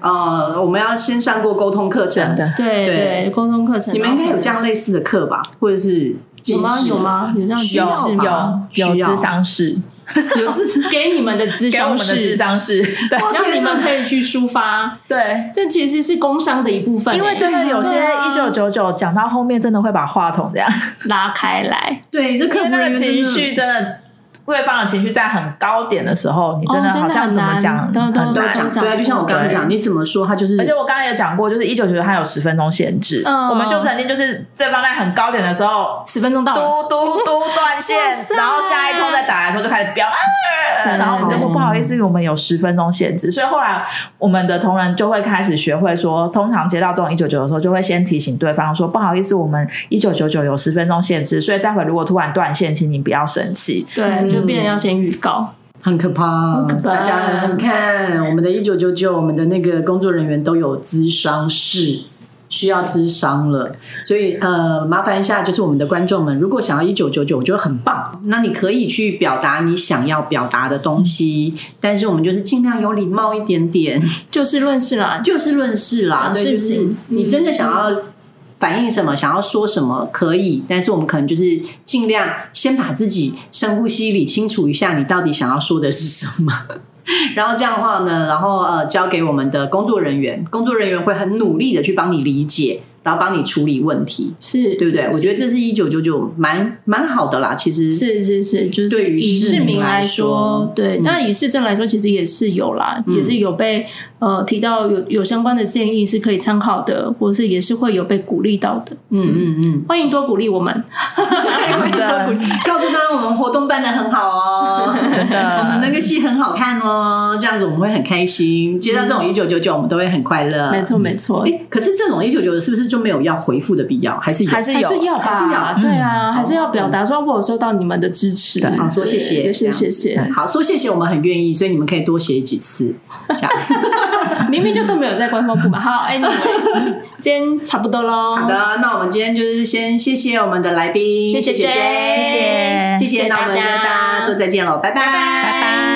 Speaker 1: 呃，我们要先上过沟通课程，
Speaker 3: 的
Speaker 2: 对
Speaker 1: 对
Speaker 2: 对，沟通课程，
Speaker 1: 你们应该有这样类似的课吧，或者是机
Speaker 2: 有吗？
Speaker 1: 制
Speaker 2: 有？吗？有这样机
Speaker 3: 有
Speaker 2: 制吗？
Speaker 3: 有
Speaker 1: 需要
Speaker 3: 智商室，
Speaker 1: 有自
Speaker 2: 给你们的咨
Speaker 3: 给我
Speaker 2: 商
Speaker 3: 们的智
Speaker 2: 室，
Speaker 3: 商室，对
Speaker 2: 让你们可以去抒发，
Speaker 3: 对。
Speaker 2: 这其实是工伤的一部分哎，
Speaker 3: 因为真的有些
Speaker 2: 对啊
Speaker 3: 一九九九讲到后面，真的会把话筒这样，
Speaker 2: 拉开来，
Speaker 1: 对这
Speaker 3: 因
Speaker 1: 客
Speaker 3: 为
Speaker 1: 服
Speaker 3: 那
Speaker 1: 人
Speaker 3: 个
Speaker 1: 员真
Speaker 3: 情
Speaker 1: 的
Speaker 3: 绪真的，对方的情绪在很高点的时候，你真的
Speaker 2: 哦真的
Speaker 3: 好像怎么
Speaker 2: 很
Speaker 3: 讲
Speaker 2: 难对对
Speaker 3: 很
Speaker 2: 对
Speaker 1: 都
Speaker 3: 难
Speaker 1: 讲，
Speaker 2: 讲
Speaker 1: 对啊，就像我刚刚讲，你怎么说，他就是
Speaker 3: 而且我刚刚也讲过，就是一九九九它有十分钟限制，
Speaker 2: 嗯
Speaker 3: 我们就曾经就是对方在很高点的时候。
Speaker 2: 十分钟到了，
Speaker 3: 嘟嘟嘟断
Speaker 2: 嗯
Speaker 3: 线
Speaker 2: 哇，塞
Speaker 3: 然后下一通再打来的时候就开始飙，啊
Speaker 2: 对
Speaker 3: 然后我们就说
Speaker 2: 对
Speaker 3: 不好意思，我们有十分钟限制，所以后来我们的同仁就会开始学会说，通常接到这种一九九的时候，就会先提醒对方说不好意思，我们一九九九有十分钟限制，所以待会如果突然断线，请你不要生气。
Speaker 2: 对，就变成要先预告，
Speaker 1: 很可怕，
Speaker 2: 可怕
Speaker 1: 大家你看，我们的一九九九，我们的那个工作人员都有咨商室。需要咨商了，所以呃，麻烦一下，就是我们的观众们，如果想要一九九九，我觉得很棒。那你可以去表达你想要表达的东西，但是我们就是尽量有礼貌一点点，
Speaker 2: 就事论事啦，
Speaker 1: 就事论事啦，
Speaker 2: 讲
Speaker 1: 对
Speaker 2: 事
Speaker 1: 就是
Speaker 2: 情
Speaker 1: 你真的想要反映什么，想要说什么可以，但是我们可能就是尽量先把自己深呼吸，理清楚一下，你到底想要说的是什么。 然后这样的话呢，然后呃，交给我们的工作人员，工作人员会很努力的去帮你理解，然后帮你处理问题，
Speaker 2: 是，
Speaker 1: 对不对？
Speaker 2: 是
Speaker 1: 我觉得这是一九九九蛮蛮好的啦，其实
Speaker 2: 是是是，就是
Speaker 1: 对于
Speaker 2: 以
Speaker 1: 市
Speaker 2: 市
Speaker 1: 民
Speaker 2: 民
Speaker 1: 来
Speaker 2: 来
Speaker 1: 说
Speaker 2: 说，对，
Speaker 1: 嗯
Speaker 2: 那以市政来说，其实也是有啦，
Speaker 1: 嗯
Speaker 2: 也是有被呃提到有有相关的建议是可以参考的，或是也是会有被鼓励到的，
Speaker 1: 嗯嗯嗯，
Speaker 2: 欢迎多鼓励我们，
Speaker 3: 真的，
Speaker 1: 告诉大家我们活动办的很好 哦。
Speaker 3: 真
Speaker 1: 我们那
Speaker 3: 的，
Speaker 1: 个戏很好看哦，这样子我们会很开心。接到这种一九九九，我们都会很快乐。
Speaker 2: 嗯没错没错，
Speaker 1: 哎，可是这种一九九九是不是就没有要回复的必要？还是有？
Speaker 3: 还是
Speaker 2: 还
Speaker 3: 有，
Speaker 2: 是要吧，
Speaker 1: 还是要
Speaker 2: 对啊，还是要
Speaker 1: 嗯
Speaker 2: 表达说我有收到你们的支持，
Speaker 3: 对
Speaker 1: 啊，说谢谢，
Speaker 2: 对谢谢谢
Speaker 1: 这样
Speaker 2: 谢
Speaker 1: 子，好说谢谢，我们很愿意，所以你们可以多写几次，这 样。
Speaker 2: 明明就都没有在官方部嘛，好，anyway，今 天差不多喽，
Speaker 1: 好的，那我们今天就是先谢谢我们的来宾，
Speaker 2: 谢谢
Speaker 1: 谢
Speaker 2: J，
Speaker 1: J，谢谢，
Speaker 2: 谢谢
Speaker 1: 那我们跟
Speaker 2: 大家
Speaker 1: 大家说再见喽，拜拜，
Speaker 2: 拜
Speaker 1: 拜
Speaker 2: 拜。